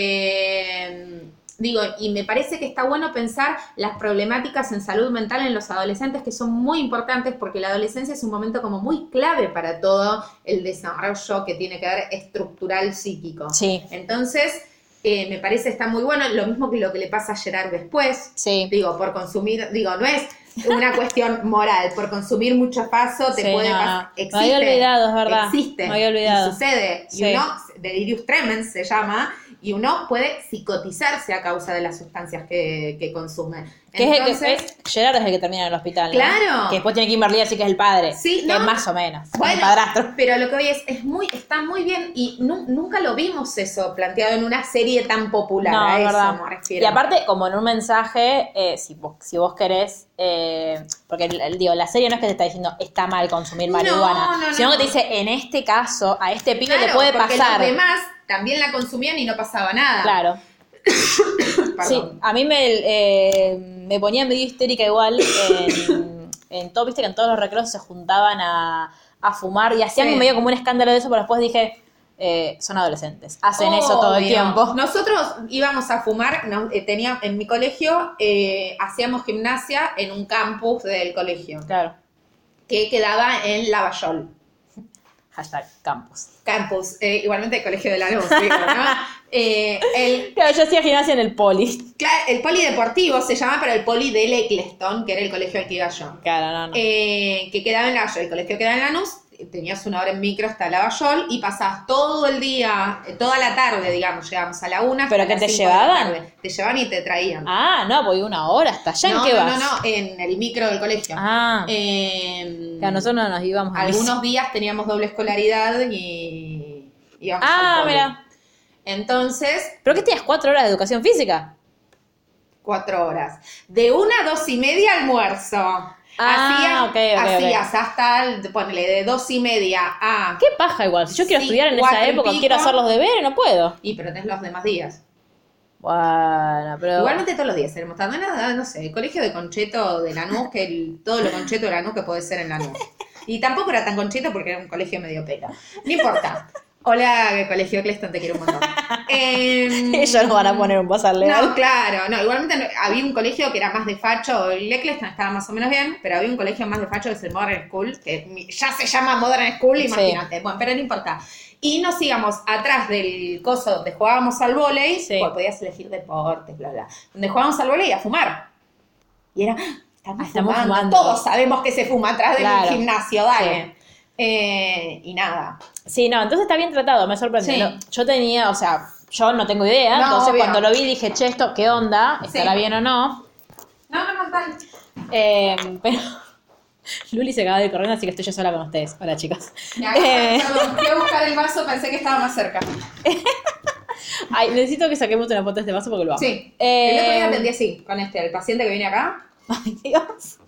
Speaker 2: Eh, digo, y me parece que está bueno pensar las problemáticas en salud mental en los adolescentes, que son muy importantes porque la adolescencia es un momento como muy clave para todo el desarrollo que tiene que ver estructural psíquico.
Speaker 1: Sí,
Speaker 2: Entonces, eh, me parece está muy bueno, lo mismo que lo que le pasa a Gerard después,
Speaker 1: sí.
Speaker 2: digo, por consumir, digo, no es una cuestión moral, por consumir mucho paso te
Speaker 1: Sí,
Speaker 2: puede
Speaker 1: no,
Speaker 2: pasar.
Speaker 1: no. Me había olvidado, es verdad.
Speaker 2: Existe.
Speaker 1: Me había olvidado.
Speaker 2: Y sucede. Y
Speaker 1: Sí.
Speaker 2: uno, delirius tremens se llama, y uno puede psicotizarse a causa de las sustancias que, que consume.
Speaker 1: Que es el que-
Speaker 2: Entonces,
Speaker 1: es- Gerard es el que termina en el hospital. ¿no?
Speaker 2: Claro.
Speaker 1: Que después tiene Kimberly, así que es el padre.
Speaker 2: Sí,
Speaker 1: que
Speaker 2: no.
Speaker 1: más o menos.
Speaker 2: Bueno.
Speaker 1: El padrastro.
Speaker 2: Pero lo que hoy es, es muy, está muy bien y nu- nunca lo vimos eso planteado en una serie tan popular.
Speaker 1: No,
Speaker 2: a
Speaker 1: es
Speaker 2: eso
Speaker 1: verdad.
Speaker 2: me refiero.
Speaker 1: Y aparte, como en un mensaje, eh, si, vos, si vos querés, eh, porque el- el- digo, la serie no es que te está diciendo está mal consumir
Speaker 2: No,
Speaker 1: marihuana,
Speaker 2: no,
Speaker 1: sino
Speaker 2: no.
Speaker 1: que te dice, en este caso, a este pibe le
Speaker 2: Claro,
Speaker 1: puede
Speaker 2: porque
Speaker 1: pasar.
Speaker 2: Los demás también la consumían y no pasaba nada.
Speaker 1: Claro. Sí,
Speaker 2: Perdón.
Speaker 1: a mí me, eh, me ponía medio histérica igual en, en todo, viste que en todos los recreos se juntaban a, a fumar y hacían
Speaker 2: Sí.
Speaker 1: medio como un escándalo de eso, pero después dije, eh, son adolescentes, hacen eso
Speaker 2: Obvio.
Speaker 1: todo el tiempo.
Speaker 2: Nosotros íbamos a fumar, nos- eh, tenía, en mi colegio eh, hacíamos gimnasia en un campus del colegio
Speaker 1: Claro,
Speaker 2: que quedaba en Lavallol.
Speaker 1: hashtag campus.
Speaker 2: Campus, eh, igualmente el colegio de la Luz, digo, ¿no? Eh, el,
Speaker 1: Claro, yo hacía gimnasia en el poli.
Speaker 2: cla- el polideportivo se llama, pero el poli del Eccleston, que era el colegio al que iba yo.
Speaker 1: Claro, no, no.
Speaker 2: Eh, que quedaba en Lavallol, el colegio quedaba en Lanús, tenías una hora en micro hasta Lavallol y pasabas todo el día, eh, toda la tarde, digamos, llegábamos a la una. hasta
Speaker 1: ¿Pero qué
Speaker 2: las
Speaker 1: te
Speaker 2: cinco de la
Speaker 1: llevaban?
Speaker 2: tarde. Te llevaban y te traían.
Speaker 1: ah, no, voy una hora hasta allá, ¿en
Speaker 2: no,
Speaker 1: qué
Speaker 2: no,
Speaker 1: vas?
Speaker 2: no, no, en el micro del colegio.
Speaker 1: Ah,
Speaker 2: Eh,
Speaker 1: claro, nosotros no nos íbamos a
Speaker 2: algunos días teníamos doble escolaridad y íbamos
Speaker 1: Ah,
Speaker 2: al poli.
Speaker 1: mira.
Speaker 2: Entonces,
Speaker 1: ¿Pero qué tenías cuatro horas de educación física?
Speaker 2: cuatro horas. De una a dos y media almuerzo.
Speaker 1: Ah, ok, ok, ok.
Speaker 2: hacías hasta, el- ponele, de dos y media a...
Speaker 1: Qué paja igual. Si yo quiero
Speaker 2: Sí,
Speaker 1: estudiar en
Speaker 2: cuatro
Speaker 1: esa
Speaker 2: y
Speaker 1: época,
Speaker 2: pico.
Speaker 1: quiero hacer los deberes, no puedo.
Speaker 2: Y pero tenés los demás días.
Speaker 1: Bueno, pero.
Speaker 2: Igualmente todos los días seremos tan nada, no sé, el colegio de concheto de Lanús, que el- todo lo concheto de Lanús que puede ser en Lanús. Y tampoco era tan concheto porque era un colegio medio pelo. No importa. Hola, Colegio Cleston, te quiero un montón. Em,
Speaker 1: Ellos no van a poner un bazar legal.
Speaker 2: No, claro, no, igualmente no- había un colegio que era más de facho, el Eccleston estaba más o menos bien, pero había un colegio más de facho que es el Modern School, que mi- ya se llama Modern School,
Speaker 1: Sí.
Speaker 2: imagínate, bueno, pero no importa. Y nos íbamos atrás del coso donde jugábamos al volei,
Speaker 1: Sí.
Speaker 2: porque podías elegir deportes, bla, bla, donde jugábamos al volei a fumar. Y era, "Ah, estamos,
Speaker 1: Ah, estamos
Speaker 2: fumando.
Speaker 1: fumando.
Speaker 2: todos sabemos que se fuma atrás
Speaker 1: Claro.
Speaker 2: del gimnasio, dale. Eh, y nada,
Speaker 1: Sí, no, entonces está bien tratado, me sorprendió.
Speaker 2: Sí.
Speaker 1: No, Yo tenía, o sea, yo no tengo idea,
Speaker 2: No,
Speaker 1: entonces
Speaker 2: obvio.
Speaker 1: cuando lo vi dije, che, esto, ¿qué onda? ¿Estará
Speaker 2: Sí.
Speaker 1: bien o no?
Speaker 2: No, no, no, tal.
Speaker 1: Eh, pero Luli se acaba de correr, así que estoy yo sola con ustedes. Hola, chicas.
Speaker 2: Me
Speaker 1: Eh,
Speaker 2: agarré, perdón, fui a buscar el vaso, pensé que estaba más cerca.
Speaker 1: ay, necesito que saquemos una foto de este vaso porque lo amo.
Speaker 2: Sí.
Speaker 1: Eh,
Speaker 2: el otro día atendí así, con este, el paciente que viene acá.
Speaker 1: Ay, Dios.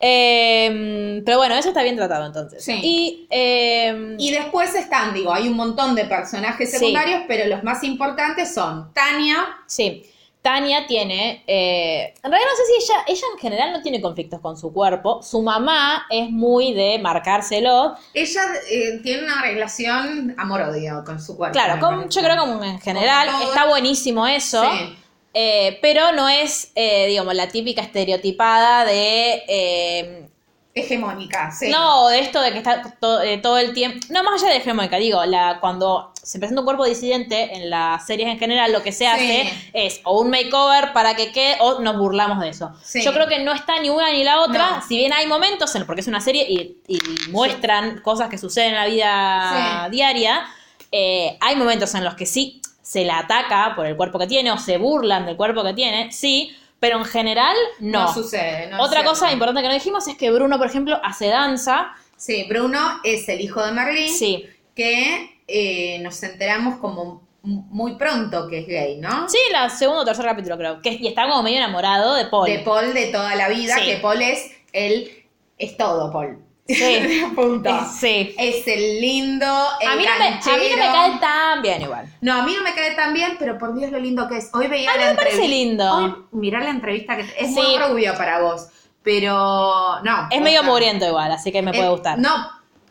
Speaker 1: Eh, pero bueno, eso está bien tratado entonces.
Speaker 2: Sí.
Speaker 1: Y, eh,
Speaker 2: Y después están, digo, hay un montón de personajes
Speaker 1: Sí.
Speaker 2: secundarios, pero los más importantes son Tania.
Speaker 1: Sí. Tania tiene. eh, en realidad no sé si ella. Ella en general no tiene conflictos con su cuerpo. Su mamá es muy de marcárselo.
Speaker 2: Ella eh, tiene una relación amor-odio con su cuerpo.
Speaker 1: Claro,
Speaker 2: me
Speaker 1: con-
Speaker 2: parece.
Speaker 1: yo creo que como en general
Speaker 2: Con todo.
Speaker 1: está buenísimo eso.
Speaker 2: Sí.
Speaker 1: eh, pero no es, eh, digamos, la típica estereotipada de. eh,
Speaker 2: Hegemónica, sí.
Speaker 1: No, de esto de que está to- eh, todo el tiempo. No, más allá de hegemónica, digo, la, cuando se presenta un cuerpo disidente en las series en general, lo que se hace es o un makeover para que quede, o nos burlamos de eso.
Speaker 2: Sí.
Speaker 1: Yo creo que no está ni una ni la otra,
Speaker 2: No.
Speaker 1: si bien hay momentos, en- porque es una serie y, y muestran cosas que suceden en la vida
Speaker 2: Sí.
Speaker 1: diaria, eh, hay momentos en los que sí se la ataca por el cuerpo que tiene o se burlan del cuerpo que tiene, sí, pero en general no.
Speaker 2: No sucede. no es
Speaker 1: Otra
Speaker 2: cierto.
Speaker 1: cosa importante que no dijimos es que Bruno, por ejemplo, hace danza.
Speaker 2: Sí, Bruno es el hijo de Marlene,
Speaker 1: Sí.
Speaker 2: que eh, nos enteramos como m- muy pronto que es gay, ¿no?
Speaker 1: Sí, la segundo o tercer capítulo creo. Que, y está como medio enamorado de Paul.
Speaker 2: De Paul de toda la vida,
Speaker 1: Sí.
Speaker 2: que Paul es el. Es todo, Paul.
Speaker 1: Sí.
Speaker 2: Punto.
Speaker 1: Eh, sí.
Speaker 2: Es el lindo, el
Speaker 1: A mí, no me, a mí no me
Speaker 2: canchero.
Speaker 1: cae tan bien igual.
Speaker 2: No, a mí no me cae tan bien, pero por Dios lo lindo que es. Hoy veía
Speaker 1: A mí
Speaker 2: la
Speaker 1: me parece
Speaker 2: entrevista-
Speaker 1: lindo.
Speaker 2: Hoy, mirá la entrevista que es
Speaker 1: Sí.
Speaker 2: muy rubio para vos, pero no.
Speaker 1: Es
Speaker 2: o
Speaker 1: medio
Speaker 2: sea,
Speaker 1: mugriento igual, así que me
Speaker 2: eh,
Speaker 1: puede gustar.
Speaker 2: No,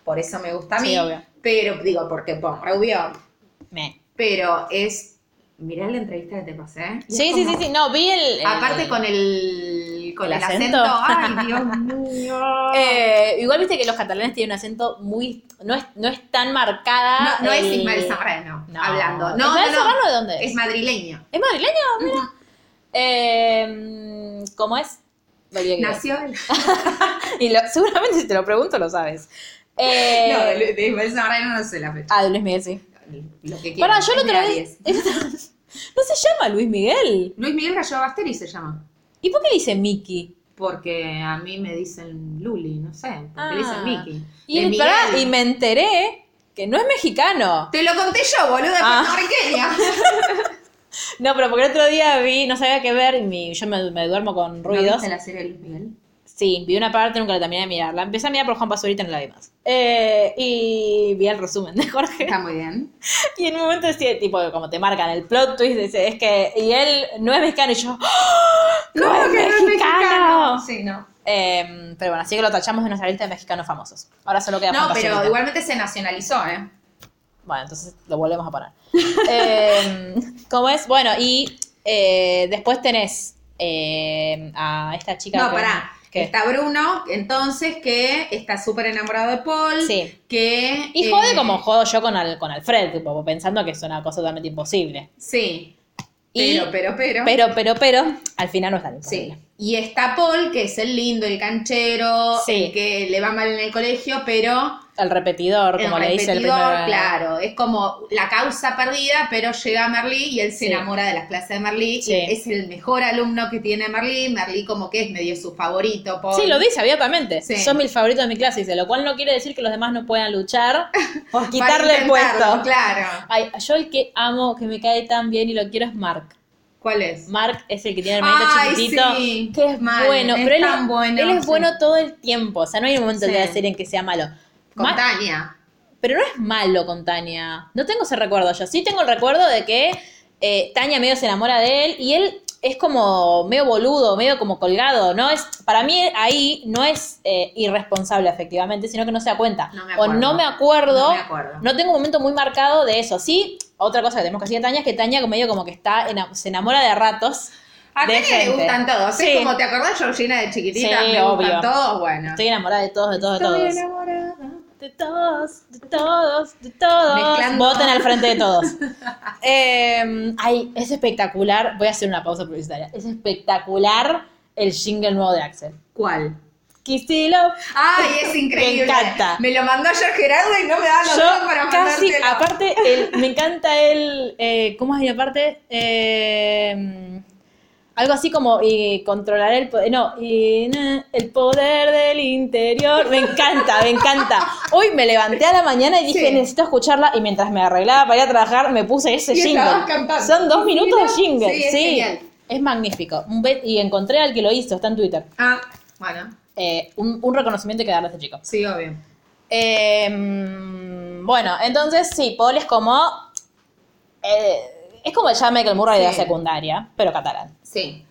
Speaker 2: por eso me gusta a mí.
Speaker 1: Sí, obvio.
Speaker 2: Pero digo, porque pon, rubio,
Speaker 1: Me-
Speaker 2: pero es mirá la entrevista que te pasé. y es
Speaker 1: Sí, sí,
Speaker 2: como-
Speaker 1: sí, sí. No, vi el. el-
Speaker 2: Aparte con el con
Speaker 1: ¿El
Speaker 2: el,
Speaker 1: acento?
Speaker 2: acento. ay Dios mío.
Speaker 1: Eh, igual viste que los catalanes tienen un acento muy. No es, no es tan marcada.
Speaker 2: no, no es
Speaker 1: el-
Speaker 2: Ismael Serrano
Speaker 1: Ah, eh, No.
Speaker 2: hablando. No,
Speaker 1: ¿Ismael
Speaker 2: no, no.
Speaker 1: Serrano de dónde es?
Speaker 2: Es madrileño.
Speaker 1: ¿Es madrileño? Mira. Eh, ¿Cómo es? Lo olvidé que iba a decir.
Speaker 2: Nació el...
Speaker 1: Y lo- seguramente si te lo pregunto lo sabes. Eh,
Speaker 2: No, de, de Ismael Serrano no sé la fecha.
Speaker 1: Ah, de Luis Miguel, sí.
Speaker 2: Lo que
Speaker 1: Pará,
Speaker 2: quieran,
Speaker 1: yo lo
Speaker 2: es de
Speaker 1: otra vez.
Speaker 2: Aries.
Speaker 1: no se llama Luis Miguel.
Speaker 2: Luis Miguel Gallo Basteri se llama.
Speaker 1: ¿Y por qué le dice Mickey?
Speaker 2: Porque a mí me dicen Luli, no sé. Porque
Speaker 1: Ah.
Speaker 2: le dicen Miki.
Speaker 1: Y,
Speaker 2: De
Speaker 1: el- pará,
Speaker 2: Miguel.
Speaker 1: y me enteré que no es mexicano.
Speaker 2: Te lo conté yo, boludo, de
Speaker 1: Ah.
Speaker 2: puertorriqueña.
Speaker 1: No, pero porque el otro día vi, no sabía qué ver, y mi- yo me, me duermo con
Speaker 2: ¿No
Speaker 1: ruidos.
Speaker 2: viste la serie de Luis Miguel?
Speaker 1: Sí, vi una parte, nunca la terminé de mirar. La empecé a mirar por Juan Pazurita y no la vi más. Eh, y vi el resumen de Jorge.
Speaker 2: Está muy bien.
Speaker 1: Y en un momento decía, tipo, como te marcan el plot twist, dice, es que, y él no es mexicano, y yo, ¡Ah! ¡No es mexicano!
Speaker 2: Sí, no.
Speaker 1: Eh, pero bueno, así que lo tachamos de nuestra lista de mexicanos famosos. Ahora solo queda
Speaker 2: No,
Speaker 1: Juan
Speaker 2: pero
Speaker 1: Pazurita.
Speaker 2: igualmente se nacionalizó, ¿eh?
Speaker 1: Bueno, entonces lo volvemos a poner. Eh, ¿Cómo es? Bueno, y eh, después tenés eh, a esta chica.
Speaker 2: No,
Speaker 1: que-
Speaker 2: pará.
Speaker 1: que-
Speaker 2: Está Bruno, entonces, que está súper enamorado de Paul.
Speaker 1: Sí.
Speaker 2: Que,
Speaker 1: Y jode
Speaker 2: eh,
Speaker 1: como jodo yo con, al- con Alfred, tipo, pensando que es una cosa totalmente imposible.
Speaker 2: Sí.
Speaker 1: Y-
Speaker 2: Pero, pero, pero.
Speaker 1: Pero, pero, pero, al final no es tan imposible.
Speaker 2: Sí. Y está Paul, que es el lindo, el canchero,
Speaker 1: Sí.
Speaker 2: el que le va mal en el colegio, pero
Speaker 1: El repetidor, como
Speaker 2: el
Speaker 1: le dice el
Speaker 2: repetidor,
Speaker 1: primer.
Speaker 2: claro, es como la causa perdida, pero llega Merlí y él se
Speaker 1: Sí.
Speaker 2: enamora de las clases de Merlí,
Speaker 1: Sí.
Speaker 2: y es el mejor alumno que tiene Merlí, Merlí como que es medio su favorito, Paul.
Speaker 1: Sí, lo dice abiertamente.
Speaker 2: Sí.
Speaker 1: Son mis favoritos de mi clase, dice, lo cual no quiere decir que los demás no puedan luchar por
Speaker 2: Para
Speaker 1: quitarle el
Speaker 2: intentarlo,
Speaker 1: puesto.
Speaker 2: Claro.
Speaker 1: Ay, yo el que amo, que me cae tan bien y lo quiero es Mark.
Speaker 2: ¿Cuál es?
Speaker 1: Mark es el que tiene el hermanito
Speaker 2: Ay,
Speaker 1: chiquitito.
Speaker 2: sí.
Speaker 1: Que es
Speaker 2: Mal,
Speaker 1: bueno,
Speaker 2: es
Speaker 1: pero él,
Speaker 2: tan
Speaker 1: es,
Speaker 2: bueno,
Speaker 1: él es
Speaker 2: sí.
Speaker 1: bueno todo el tiempo. O sea, no hay un momento
Speaker 2: Sí.
Speaker 1: de la serie en que sea malo.
Speaker 2: Con
Speaker 1: Ma-
Speaker 2: Tania.
Speaker 1: pero no es malo con Tania. No tengo ese recuerdo yo. Sí tengo el recuerdo de que eh, Tania medio se enamora de él y él es como medio boludo, medio como colgado. No es, para mí ahí no es eh, irresponsable efectivamente, sino que no se da cuenta.
Speaker 2: No me
Speaker 1: o
Speaker 2: acuerdo.
Speaker 1: no me acuerdo.
Speaker 2: No me acuerdo.
Speaker 1: no tengo un momento muy marcado de eso. Sí, otra cosa que tenemos que decir de Tania es que Tania como medio como que está ena- se enamora de ratos.
Speaker 2: A
Speaker 1: de
Speaker 2: Tania le
Speaker 1: gente.
Speaker 2: gustan todos. Es
Speaker 1: Sí.
Speaker 2: como, ¿te acordás, Georgina, de chiquitita?
Speaker 1: Sí,
Speaker 2: me
Speaker 1: obvio.
Speaker 2: gustan todos, bueno.
Speaker 1: Estoy enamorada de todos, de todos, de
Speaker 2: Estoy
Speaker 1: todos.
Speaker 2: enamorada.
Speaker 1: De todos, de todos, de todos.
Speaker 2: Mezclando.
Speaker 1: Voten al frente de todos. Eh, ay, es espectacular. Voy a hacer una pausa publicitaria. Es espectacular el jingle nuevo de Axel.
Speaker 2: ¿Cuál?
Speaker 1: Kissy Love.
Speaker 2: Ay, es increíble.
Speaker 1: Me encanta.
Speaker 2: Me lo mandó ayer Gerardo y no me daba los dedos para
Speaker 1: Yo casi,
Speaker 2: mandártelo.
Speaker 1: aparte, el- me encanta el. eh, ¿Cómo es y aparte? Eh, algo así como eh, controlar el poder. No, y, na, el poder del interior. Me encanta, me encanta. Hoy me levanté a la mañana y dije,
Speaker 2: Sí.
Speaker 1: necesito escucharla. Y mientras me arreglaba para ir a trabajar, me puse ese
Speaker 2: Y
Speaker 1: jingle.
Speaker 2: estabas cantando.
Speaker 1: Son dos minutos de jingle.
Speaker 2: Sí,
Speaker 1: Sí,
Speaker 2: es genial.
Speaker 1: es magnífico. Un be- Y encontré al que lo hizo, está en Twitter.
Speaker 2: Ah, bueno,
Speaker 1: Eh, un, un reconocimiento hay que darle a este chico.
Speaker 2: sí, obvio.
Speaker 1: Eh, mm, bueno, entonces sí, Paul es como. eh, es como ya Michael Murray de la
Speaker 2: Sí.
Speaker 1: secundaria, pero catalán.
Speaker 2: Sí.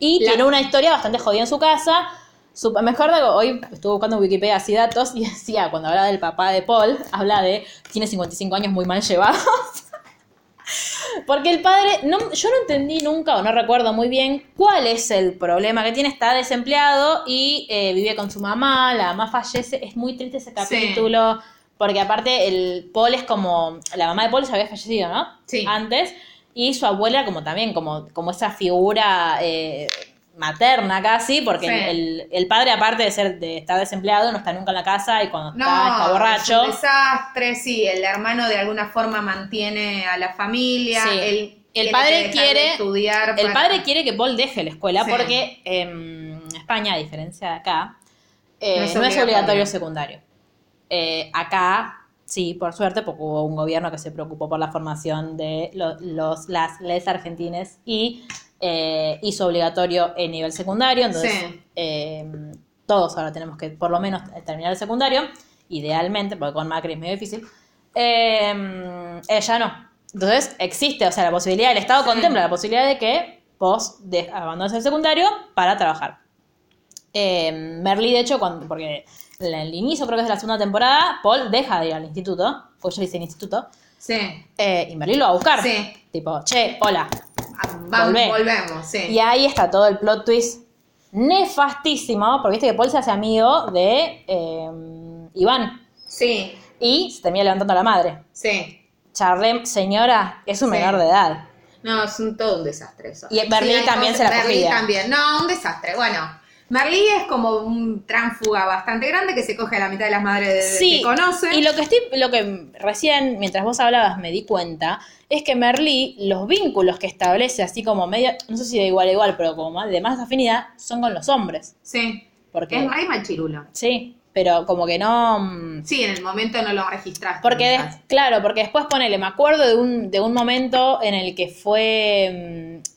Speaker 1: Y
Speaker 2: La-
Speaker 1: tiene una historia bastante jodida en su casa. Su, me acuerdo que hoy estuve buscando en Wikipedia así datos y decía, cuando habla del papá de Paul, habla de. Tiene 55 años muy mal llevados. Porque el padre, no, yo no entendí nunca o no recuerdo muy bien cuál es el problema que tiene. Está desempleado y eh, vive con su mamá, la mamá fallece. Es muy triste ese capítulo. Porque aparte el Paul es como, la mamá de Paul ya había fallecido, ¿no?
Speaker 2: Sí.
Speaker 1: Antes. Y su abuela como también, como, como esa figura eh, materna casi, porque
Speaker 2: Sí.
Speaker 1: el, el padre aparte de ser de estar desempleado no está nunca en la casa y cuando
Speaker 2: No,
Speaker 1: está está borracho.
Speaker 2: es un desastre, sí. El hermano de alguna forma mantiene a la familia.
Speaker 1: Sí.
Speaker 2: él
Speaker 1: El
Speaker 2: tiene
Speaker 1: padre
Speaker 2: que dejar de
Speaker 1: quiere-
Speaker 2: estudiar
Speaker 1: El
Speaker 2: para-
Speaker 1: padre quiere que Paul deje la escuela
Speaker 2: Sí.
Speaker 1: porque en España, a diferencia de acá, eh,
Speaker 2: No
Speaker 1: no
Speaker 2: es
Speaker 1: es,
Speaker 2: obligatorio.
Speaker 1: obligatorio secundario. Eh, acá, sí, por suerte, porque hubo un gobierno que se preocupó por la formación de lo- los, las les argentines y eh, hizo obligatorio el nivel secundario. Entonces,
Speaker 2: Sí.
Speaker 1: eh, todos ahora tenemos que por lo menos terminar el secundario, idealmente, porque con Macri es medio difícil. Eh, ella no. Entonces existe, o sea, la posibilidad, el Estado contempla la posibilidad de que vos de- abandones el secundario para trabajar. Eh, Merly, de hecho, cuando, porque en el inicio creo que es de la segunda temporada, Paul deja de ir al instituto, porque yo le hice el instituto,
Speaker 2: Sí.
Speaker 1: eh, y Merly lo va a buscar.
Speaker 2: Sí.
Speaker 1: Tipo, che, hola,
Speaker 2: Ah, vamos,
Speaker 1: Volvé.
Speaker 2: volvemos, sí.
Speaker 1: y ahí está todo el plot twist nefastísimo, porque viste que Paul se hace amigo de eh, Iván
Speaker 2: Sí,
Speaker 1: y se termina levantando a la madre.
Speaker 2: sí.
Speaker 1: Charlem, señora, es un
Speaker 2: Sí. Eh,
Speaker 1: menor de edad.
Speaker 2: No, es un, todo un desastre eso.
Speaker 1: Y Merlí
Speaker 2: hay
Speaker 1: también se la
Speaker 2: Merlí
Speaker 1: cogía.
Speaker 2: también. No, un desastre. Bueno, Merlí es como un tránfuga bastante grande que se coge a la mitad de las madres
Speaker 1: Sí,
Speaker 2: que conoce.
Speaker 1: y lo que estoy, lo que recién, mientras vos hablabas, me di cuenta, es que Merlí, los vínculos que establece, así como media, no sé si de igual a igual, pero como más- de más afinidad, son con los hombres.
Speaker 2: Sí.
Speaker 1: Porque,
Speaker 2: Es, hay machirulo.
Speaker 1: sí, pero como que no... mm,
Speaker 2: Sí, en el momento no lo registraste.
Speaker 1: Porque, des-
Speaker 2: quizás.
Speaker 1: claro, porque después ponele, me acuerdo de un, de un momento en el que fue. mm,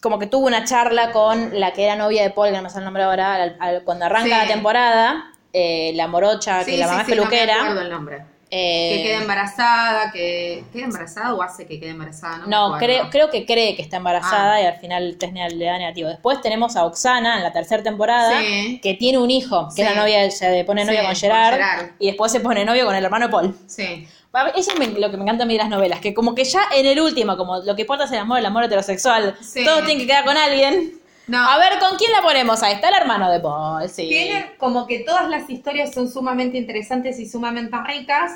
Speaker 1: como que tuvo una charla con la que era novia de Paul, que no me sale el nombre ahora, al- al- cuando arranca
Speaker 2: Sí.
Speaker 1: la temporada, eh, la morocha, que
Speaker 2: Sí,
Speaker 1: la
Speaker 2: sí,
Speaker 1: mamá
Speaker 2: sí,
Speaker 1: es peluquera.
Speaker 2: No me acuerdo el nombre.
Speaker 1: eh,
Speaker 2: Que queda embarazada, que. ¿Queda embarazada o hace que quede embarazada? No, me
Speaker 1: no,
Speaker 2: acuerdo.
Speaker 1: creo, creo que cree que está embarazada
Speaker 2: Ah.
Speaker 1: y al final el test ne- le da negativo. Después tenemos a Oxana en la tercera temporada,
Speaker 2: Sí.
Speaker 1: que tiene un hijo, que es
Speaker 2: Sí.
Speaker 1: la novia, se pone
Speaker 2: Sí,
Speaker 1: novia con
Speaker 2: con
Speaker 1: Gerard,
Speaker 2: Gerard.
Speaker 1: y después se pone novio con el hermano de Paul.
Speaker 2: Sí.
Speaker 1: A ver, Eso es me- lo que me encanta a mí de las novelas, que como que ya en el último, como lo que importa es el amor, el amor heterosexual,
Speaker 2: Sí.
Speaker 1: todo tiene que quedar con alguien.
Speaker 2: No.
Speaker 1: A ver, ¿con quién la ponemos? Ahí está el hermano de Paul, sí.
Speaker 2: Tienen como que todas las historias son sumamente interesantes y sumamente ricas.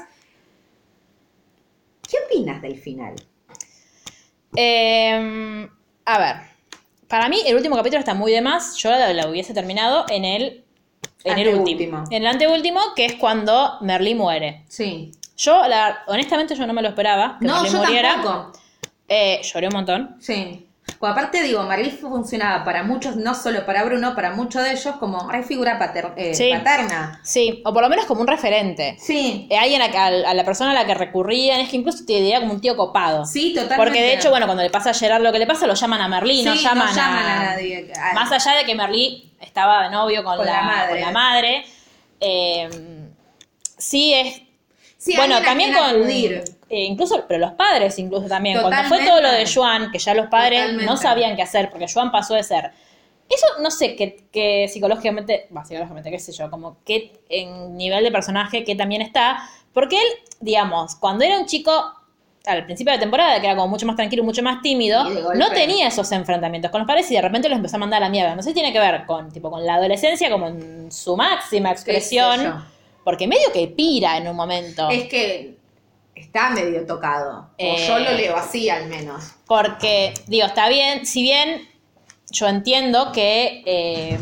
Speaker 2: ¿Qué opinas del final?
Speaker 1: Eh, a ver, para mí el último capítulo está muy de más, yo la, la hubiese terminado en el... En el
Speaker 2: Anteúltimo.
Speaker 1: último. En el anteúltimo, que es cuando Merlí muere.
Speaker 2: Sí.
Speaker 1: Yo, la- honestamente, yo no me lo esperaba que
Speaker 2: No,
Speaker 1: Merlí
Speaker 2: yo
Speaker 1: muriera.
Speaker 2: tampoco.
Speaker 1: Eh, lloré un montón.
Speaker 2: Sí. Pues aparte digo, Marlí funcionaba para muchos, no solo para Bruno, para muchos de ellos, como hay figura pater- eh,
Speaker 1: Sí.
Speaker 2: paterna.
Speaker 1: Sí, o por lo menos como un referente.
Speaker 2: Sí.
Speaker 1: Eh, alguien a, a- a la persona a la que recurrían, es que incluso te diría como un tío copado.
Speaker 2: Sí, totalmente.
Speaker 1: Porque de hecho, bueno, cuando le pasa a Gerard lo que le pasa, lo llaman a Merlí,
Speaker 2: Sí,
Speaker 1: no llaman, a...
Speaker 2: nadie. A-
Speaker 1: Más allá de que Merlí estaba de novio con,
Speaker 2: Con la
Speaker 1: la,
Speaker 2: madre.
Speaker 1: con la madre, eh, sí es...
Speaker 2: Sí,
Speaker 1: bueno,
Speaker 2: alguien a
Speaker 1: también
Speaker 2: quien
Speaker 1: con,
Speaker 2: acudir.
Speaker 1: eh, incluso, pero los padres incluso también, cuando fue
Speaker 2: Totalmente.
Speaker 1: todo lo de Joan, que ya los padres no
Speaker 2: Totalmente.
Speaker 1: sabían qué hacer, porque Joan pasó de ser... Eso no sé que, que psicológicamente, bah, psicológicamente, qué sé yo, como que en nivel de personaje que también está, porque él, digamos, cuando era un chico al principio de la temporada, que era como mucho más tranquilo, mucho más tímido,
Speaker 2: Y de golpe.
Speaker 1: no tenía esos enfrentamientos con los padres y de repente los empezó a mandar a la mierda. No sé si tiene que ver con, tipo, con la adolescencia como en su máxima
Speaker 2: qué sé yo.
Speaker 1: expresión, porque medio que pira en un momento.
Speaker 2: Es que está medio tocado.
Speaker 1: Eh.
Speaker 2: O yo lo leo así al menos.
Speaker 1: Porque, digo, está bien, si bien yo entiendo que eh,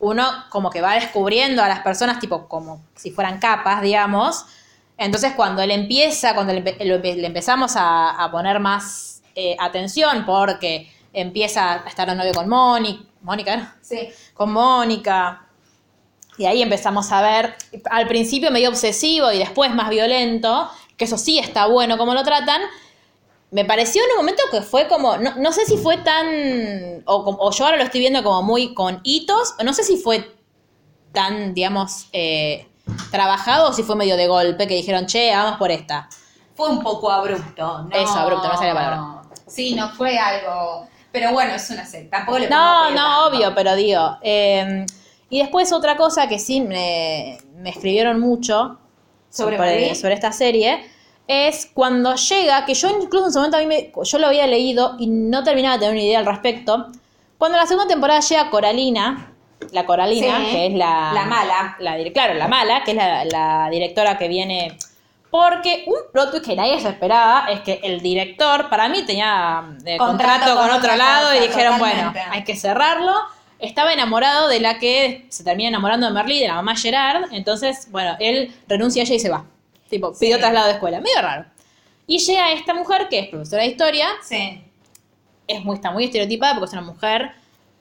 Speaker 1: uno como que va descubriendo a las personas, tipo, como si fueran capas, digamos. Entonces, cuando él empieza, cuando le, empe- lo empe- le empezamos a, a poner más eh, atención, porque empieza a estar de novio con Mónica, Mónica, ¿no?
Speaker 2: Sí.
Speaker 1: con Mónica. Y ahí empezamos a ver, al principio medio obsesivo y después más violento, que eso sí está bueno como lo tratan. Me pareció en un momento que fue como, no, no sé si fue tan, o, com- o yo ahora lo estoy viendo como muy con hitos, o no sé si fue tan, digamos, eh, trabajado o si fue medio de golpe, que dijeron, che, vamos por esta.
Speaker 2: Fue un poco abrupto, ¿no?
Speaker 1: Eso, abrupto, no sale la palabra.
Speaker 2: Sí, no fue algo. Pero bueno, es una serie. Tampoco le
Speaker 1: No,
Speaker 2: podemos pedir
Speaker 1: no,
Speaker 2: tanto.
Speaker 1: obvio, pero digo. eh, y después otra cosa que sí me, me escribieron mucho
Speaker 2: ¿Sobre Marie?
Speaker 1: sobre esta serie es cuando llega, que yo incluso en su momento a mí me- yo lo había leído y no terminaba de tener una idea al respecto. Cuando la segunda temporada llega Coralina, la Coralina,
Speaker 2: Sí,
Speaker 1: que es la,
Speaker 2: la mala.
Speaker 1: la dir- claro, la mala, que es la, la directora que viene. Porque un plot twist que nadie se esperaba es que el director, para mí, tenía eh, contrato,
Speaker 2: Contrato
Speaker 1: con,
Speaker 2: con
Speaker 1: otro
Speaker 2: otra
Speaker 1: lado y
Speaker 2: cosa,
Speaker 1: dijeron,
Speaker 2: totalmente.
Speaker 1: bueno, hay que cerrarlo. Estaba enamorado de la que se termina enamorando de Merly, de la mamá Gerard. Entonces, bueno, él renuncia a ella y se va. Tipo, pidió
Speaker 2: Sí.
Speaker 1: traslado de escuela. Medio raro. Y llega esta mujer que es profesora de historia.
Speaker 2: Sí.
Speaker 1: Es muy, está muy estereotipada porque es una mujer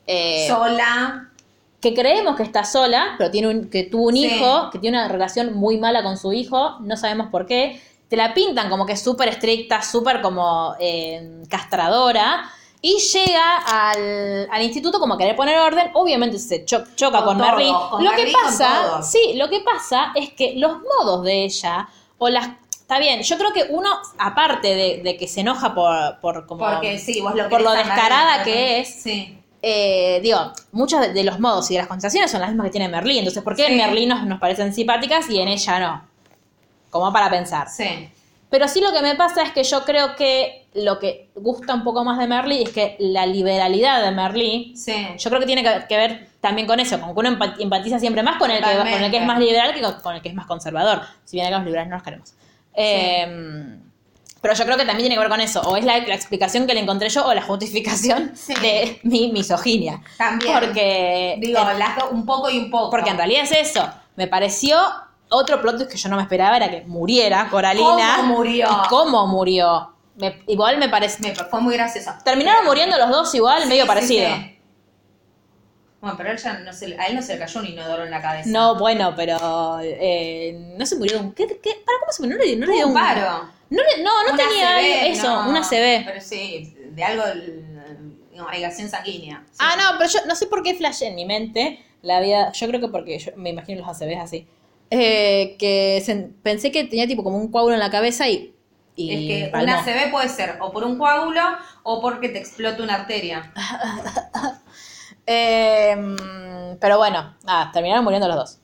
Speaker 1: eh,
Speaker 2: Sola.
Speaker 1: que creemos que está sola, pero tiene un, que tuvo un
Speaker 2: Sí.
Speaker 1: hijo, que tiene una relación muy mala con su hijo, no sabemos por qué. Te la pintan como que es súper estricta, súper como eh, castradora. Y llega al, al instituto como a querer poner orden. Obviamente se cho- choca con,
Speaker 2: Con todo,
Speaker 1: Merly.
Speaker 2: con
Speaker 1: lo
Speaker 2: Merly,
Speaker 1: que
Speaker 2: con
Speaker 1: pasa,
Speaker 2: todo.
Speaker 1: sí, lo que pasa es que los modos de ella, o las. Está bien, yo creo que uno, aparte de, de que se enoja por, por como.
Speaker 2: Porque sí, vos lo
Speaker 1: Por
Speaker 2: querés
Speaker 1: lo
Speaker 2: amar,
Speaker 1: descarada
Speaker 2: pero-
Speaker 1: que es.
Speaker 2: Sí.
Speaker 1: Eh, digo, muchos de- de los modos y de las conversaciones son las mismas que tiene Merlí. Entonces, ¿por qué
Speaker 2: Sí.
Speaker 1: en Merlí nos, nos parecen simpáticas y en ella no? Como para pensar.
Speaker 2: Sí.
Speaker 1: Pero sí lo que me pasa es que yo creo que lo que gusta un poco más de Merlí es que la liberalidad de Merlí,
Speaker 2: Sí.
Speaker 1: yo creo que tiene que, que ver también con eso, con que uno empa- empatiza siempre más con el, que, con el que es más
Speaker 2: Totalmente.
Speaker 1: liberal que con, con el que es más conservador. Si bien acá los liberales no los queremos. Eh, pero yo creo que también tiene que ver con eso. O es la, la explicación que le encontré yo o la justificación
Speaker 2: Sí.
Speaker 1: de mi misoginia.
Speaker 2: También.
Speaker 1: Porque,
Speaker 2: Digo,
Speaker 1: en-
Speaker 2: las do- un poco y un poco.
Speaker 1: porque en realidad es eso. Me pareció otro plot twist que yo no me esperaba era que muriera Coralina.
Speaker 2: ¿Cómo murió?
Speaker 1: ¿Y cómo murió? Me- igual me parece.
Speaker 2: Me- fue muy gracioso.
Speaker 1: Terminaron muriendo los dos igual, medio
Speaker 2: Sí,
Speaker 1: parecido.
Speaker 2: sí, sí. Bueno, pero él ya no se, le- a él no se le cayó un inodoro en la cabeza.
Speaker 1: No, bueno, pero eh, no se murió de un... ¿qué, qué? ¿Para cómo se murió? No le, no le
Speaker 2: Tuvo
Speaker 1: dio
Speaker 2: un
Speaker 1: un...
Speaker 2: paro.
Speaker 1: No, le- no, no
Speaker 2: Una
Speaker 1: tenía
Speaker 2: CB,
Speaker 1: algo- eso,
Speaker 2: no.
Speaker 1: una CB.
Speaker 2: Pero sí, de algo de irrigación sanguínea. Sí.
Speaker 1: Ah, no, pero yo no sé por qué flashé en mi mente la vida... Yo creo que porque yo me imagino los ACBs así. Eh, que se- pensé que tenía tipo como un coágulo en la cabeza y... y
Speaker 2: Es que
Speaker 1: palmó.
Speaker 2: una CB puede ser o por un coágulo o porque te explota una arteria.
Speaker 1: Eh, mm, pero bueno, nada, terminaron muriendo los dos.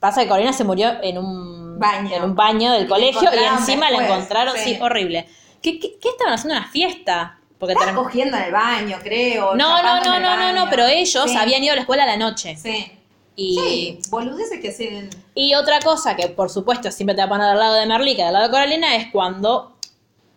Speaker 1: Pasa que Corina se murió en un
Speaker 2: Baño.
Speaker 1: en un baño del
Speaker 2: la
Speaker 1: colegio y
Speaker 2: encontraron
Speaker 1: encima la
Speaker 2: después,
Speaker 1: encontraron, sí,
Speaker 2: sí.
Speaker 1: horrible. ¿Qué, qué, qué estaban haciendo una fiesta? Porque
Speaker 2: Estaba
Speaker 1: term-
Speaker 2: cogiendo en el baño, creo.
Speaker 1: No, no,
Speaker 2: chapando en
Speaker 1: no,
Speaker 2: el
Speaker 1: no, no,
Speaker 2: baño.
Speaker 1: no, pero ellos
Speaker 2: Sí,
Speaker 1: habían ido a la escuela a la noche.
Speaker 2: Sí.
Speaker 1: Y,
Speaker 2: Sí, boludeces que hacen.
Speaker 1: y otra cosa que por supuesto siempre te va a poner al lado de Merlí que al lado de Coralina es cuando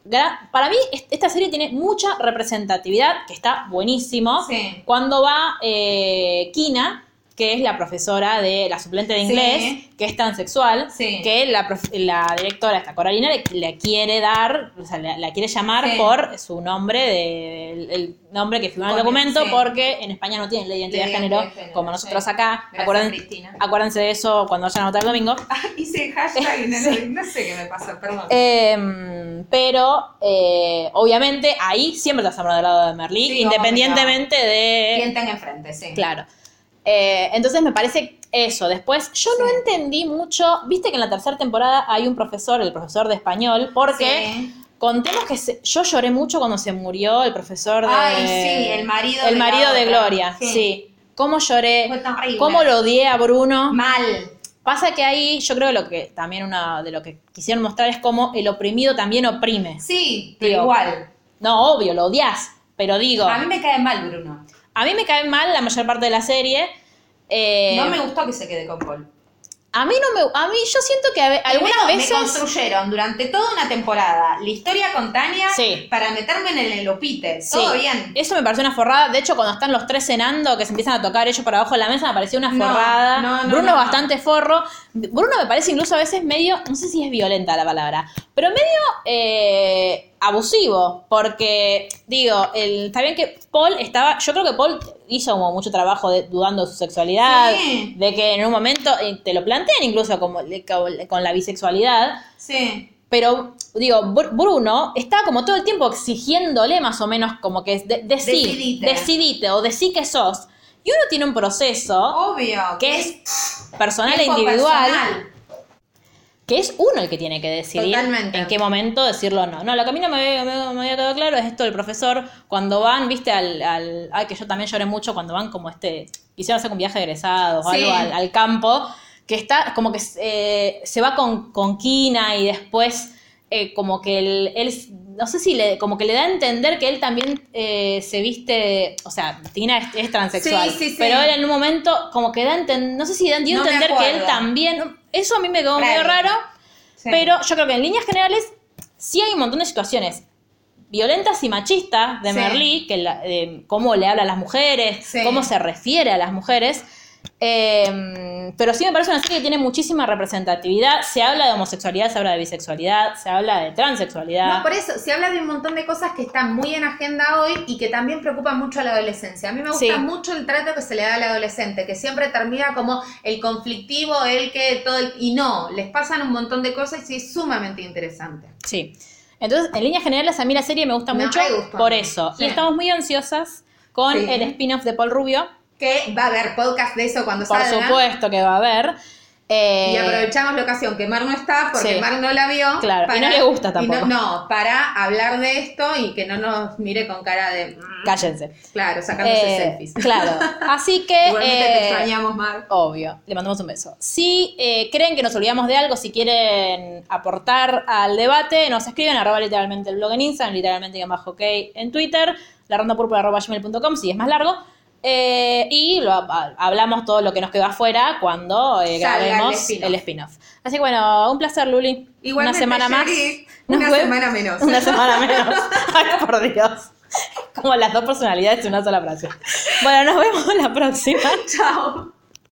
Speaker 1: gra- para mí est- esta serie tiene mucha representatividad, que está buenísimo.
Speaker 2: Sí.
Speaker 1: Cuando va eh, Kina, que es la profesora de la suplente de
Speaker 2: Sí.
Speaker 1: inglés, que es tan sexual,
Speaker 2: Sí.
Speaker 1: que la, prof- la directora, esta Coralina, le, le quiere dar, o sea, la, la quiere llamar
Speaker 2: Sí.
Speaker 1: por su nombre, de- el, el nombre que figura en el
Speaker 2: Con-
Speaker 1: documento,
Speaker 2: sí.
Speaker 1: porque en España no tienen ley de identidad de
Speaker 2: Ley de
Speaker 1: género,
Speaker 2: identidad de género,
Speaker 1: como nosotros
Speaker 2: sí.
Speaker 1: acá.
Speaker 2: Gracias,
Speaker 1: Acuérden-
Speaker 2: Cristina.
Speaker 1: acuérdense de eso cuando vayan a votar el domingo.
Speaker 2: Hice hashtag y no,
Speaker 1: Sí. Eh,
Speaker 2: no sé qué me pasa, perdón.
Speaker 1: Em, pero eh, obviamente ahí siempre te has hablado del lado de Merlí,
Speaker 2: Sí,
Speaker 1: independientemente de
Speaker 2: Quien tenga enfrente, sí.
Speaker 1: Claro. Eh, entonces me parece eso, después, yo no entendí mucho, viste que en la tercera temporada hay un profesor, el profesor de español, porque
Speaker 2: Sí.
Speaker 1: contemos que se- yo lloré mucho cuando se murió el profesor de...
Speaker 2: Ay, sí, el marido
Speaker 1: el
Speaker 2: de la
Speaker 1: marido de
Speaker 2: otra.
Speaker 1: Gloria,
Speaker 2: Sí.
Speaker 1: sí. Cómo lloré,
Speaker 2: Fue terrible.
Speaker 1: cómo lo odié a Bruno.
Speaker 2: Mal.
Speaker 1: Pasa que ahí yo creo lo que también una de lo que quisieron mostrar es cómo el oprimido también oprime.
Speaker 2: Sí, pero
Speaker 1: Digo,
Speaker 2: igual.
Speaker 1: No, obvio, lo odias, pero digo,
Speaker 2: A mí me cae mal Bruno.
Speaker 1: a mí me cae mal la mayor parte de la serie. eh,
Speaker 2: no me gustó que se quede con Paul.
Speaker 1: A mí no me, a mí yo siento que a ve- algunas
Speaker 2: Primero, me
Speaker 1: veces
Speaker 2: construyeron durante toda una temporada la historia con Tania
Speaker 1: Sí.
Speaker 2: para meterme en el elopite.
Speaker 1: Sí,
Speaker 2: Todo bien.
Speaker 1: Eso me pareció una forrada. De hecho, cuando están los tres cenando, que se empiezan a tocar ellos para abajo de la mesa, me pareció una
Speaker 2: No,
Speaker 1: forrada.
Speaker 2: no, no,
Speaker 1: Bruno
Speaker 2: no.
Speaker 1: bastante forro. Bruno me parece incluso a veces medio, no sé si es violenta la palabra, pero medio eh, abusivo. Porque, digo, el, está bien que Paul estaba, yo creo que Paul hizo como mucho trabajo de- dudando de su sexualidad,
Speaker 2: Sí.
Speaker 1: de que en un momento eh, te lo plantean incluso como, con la bisexualidad.
Speaker 2: Sí.
Speaker 1: Pero, digo, Br- Bruno está como todo el tiempo exigiéndole más o menos como que es de, decí,
Speaker 2: Decidite.
Speaker 1: decidite. o decí que sos. Y uno tiene un proceso
Speaker 2: Obvio.
Speaker 1: que Oh, es personal e
Speaker 2: tiempo
Speaker 1: individual,
Speaker 2: personal.
Speaker 1: que es uno el que tiene que decidir
Speaker 2: Totalmente.
Speaker 1: en qué momento decirlo o no. No, lo que a mí no me había, me- me había quedado claro es esto del profesor, cuando van, viste, al, al- Ay, que yo también lloré mucho cuando van como este... Quisieron hacer un viaje de egresados o
Speaker 2: Sí.
Speaker 1: algo al, al campo, que está como que eh, se va con, con Kina y después eh, como que él, él, no sé si le, como que le da a entender que él también eh, se viste, o sea, Tina es, es transexual,
Speaker 2: Sí, sí, sí.
Speaker 1: pero él en un momento como que da a entender, no sé si da dio a
Speaker 2: No me
Speaker 1: entender que él
Speaker 2: acuerdo.
Speaker 1: también, eso a mí me quedó medio
Speaker 2: Raro.
Speaker 1: raro,
Speaker 2: Sí.
Speaker 1: pero yo creo que en líneas generales sí hay un montón de situaciones violentas y machistas de
Speaker 2: Sí.
Speaker 1: Merlí, que la- de cómo le habla a las mujeres,
Speaker 2: Sí.
Speaker 1: cómo se refiere a las mujeres. Eh, pero sí me parece una serie que tiene muchísima representatividad. Se habla de homosexualidad, se habla de bisexualidad, se habla de transexualidad.
Speaker 2: No, pues por eso, se habla de un montón de cosas que están muy en agenda hoy y que también preocupan mucho a la adolescencia. A mí me gusta
Speaker 1: Sí.
Speaker 2: mucho el trato que se le da al adolescente, que siempre termina como el conflictivo, el que todo el... Y no, les pasan un montón de cosas y es sumamente interesante.
Speaker 1: Sí. Entonces, en líneas generales, a mí la serie me gusta
Speaker 2: Me
Speaker 1: mucho
Speaker 2: re gustó.
Speaker 1: por eso.
Speaker 2: Sí.
Speaker 1: Y estamos muy ansiosas con
Speaker 2: Sí.
Speaker 1: el spin-off de Paul Rubio.
Speaker 2: Que va a haber podcast de eso cuando
Speaker 1: Por
Speaker 2: salga.
Speaker 1: supuesto que va a haber. Eh,
Speaker 2: Y aprovechamos la ocasión que Mar no está, porque
Speaker 1: Sí.
Speaker 2: Mar no la vio.
Speaker 1: Claro, y no le gusta
Speaker 2: y no-
Speaker 1: tampoco.
Speaker 2: no, para hablar de esto y que no nos mire con cara de... mm,
Speaker 1: Cállense.
Speaker 2: Claro, sacándose
Speaker 1: Eh,
Speaker 2: selfies.
Speaker 1: Claro. Así que.
Speaker 2: Igualmente te
Speaker 1: eh,
Speaker 2: extrañamos, Mar.
Speaker 1: Obvio, le mandamos un beso. Si eh, creen que nos olvidamos de algo, si quieren aportar al debate, nos escriben arroba literalmente el blog en Instagram, literalmente que bajo ok en Twitter, la ronda arroba gmail.com si es más largo. Eh, y lo- a- hablamos todo lo que nos quedó afuera cuando eh,
Speaker 2: Salga el
Speaker 1: grabemos
Speaker 2: spin-off.
Speaker 1: el spin-off. Así que bueno, un placer, Luli.
Speaker 2: Igualmente,
Speaker 1: una semana más.
Speaker 2: Jerry,
Speaker 1: Nos
Speaker 2: una
Speaker 1: vemos-
Speaker 2: semana menos.
Speaker 1: Una semana menos. Ay, por Dios. Como las dos personalidades en una sola frase. Bueno, nos vemos la próxima.
Speaker 2: Chao.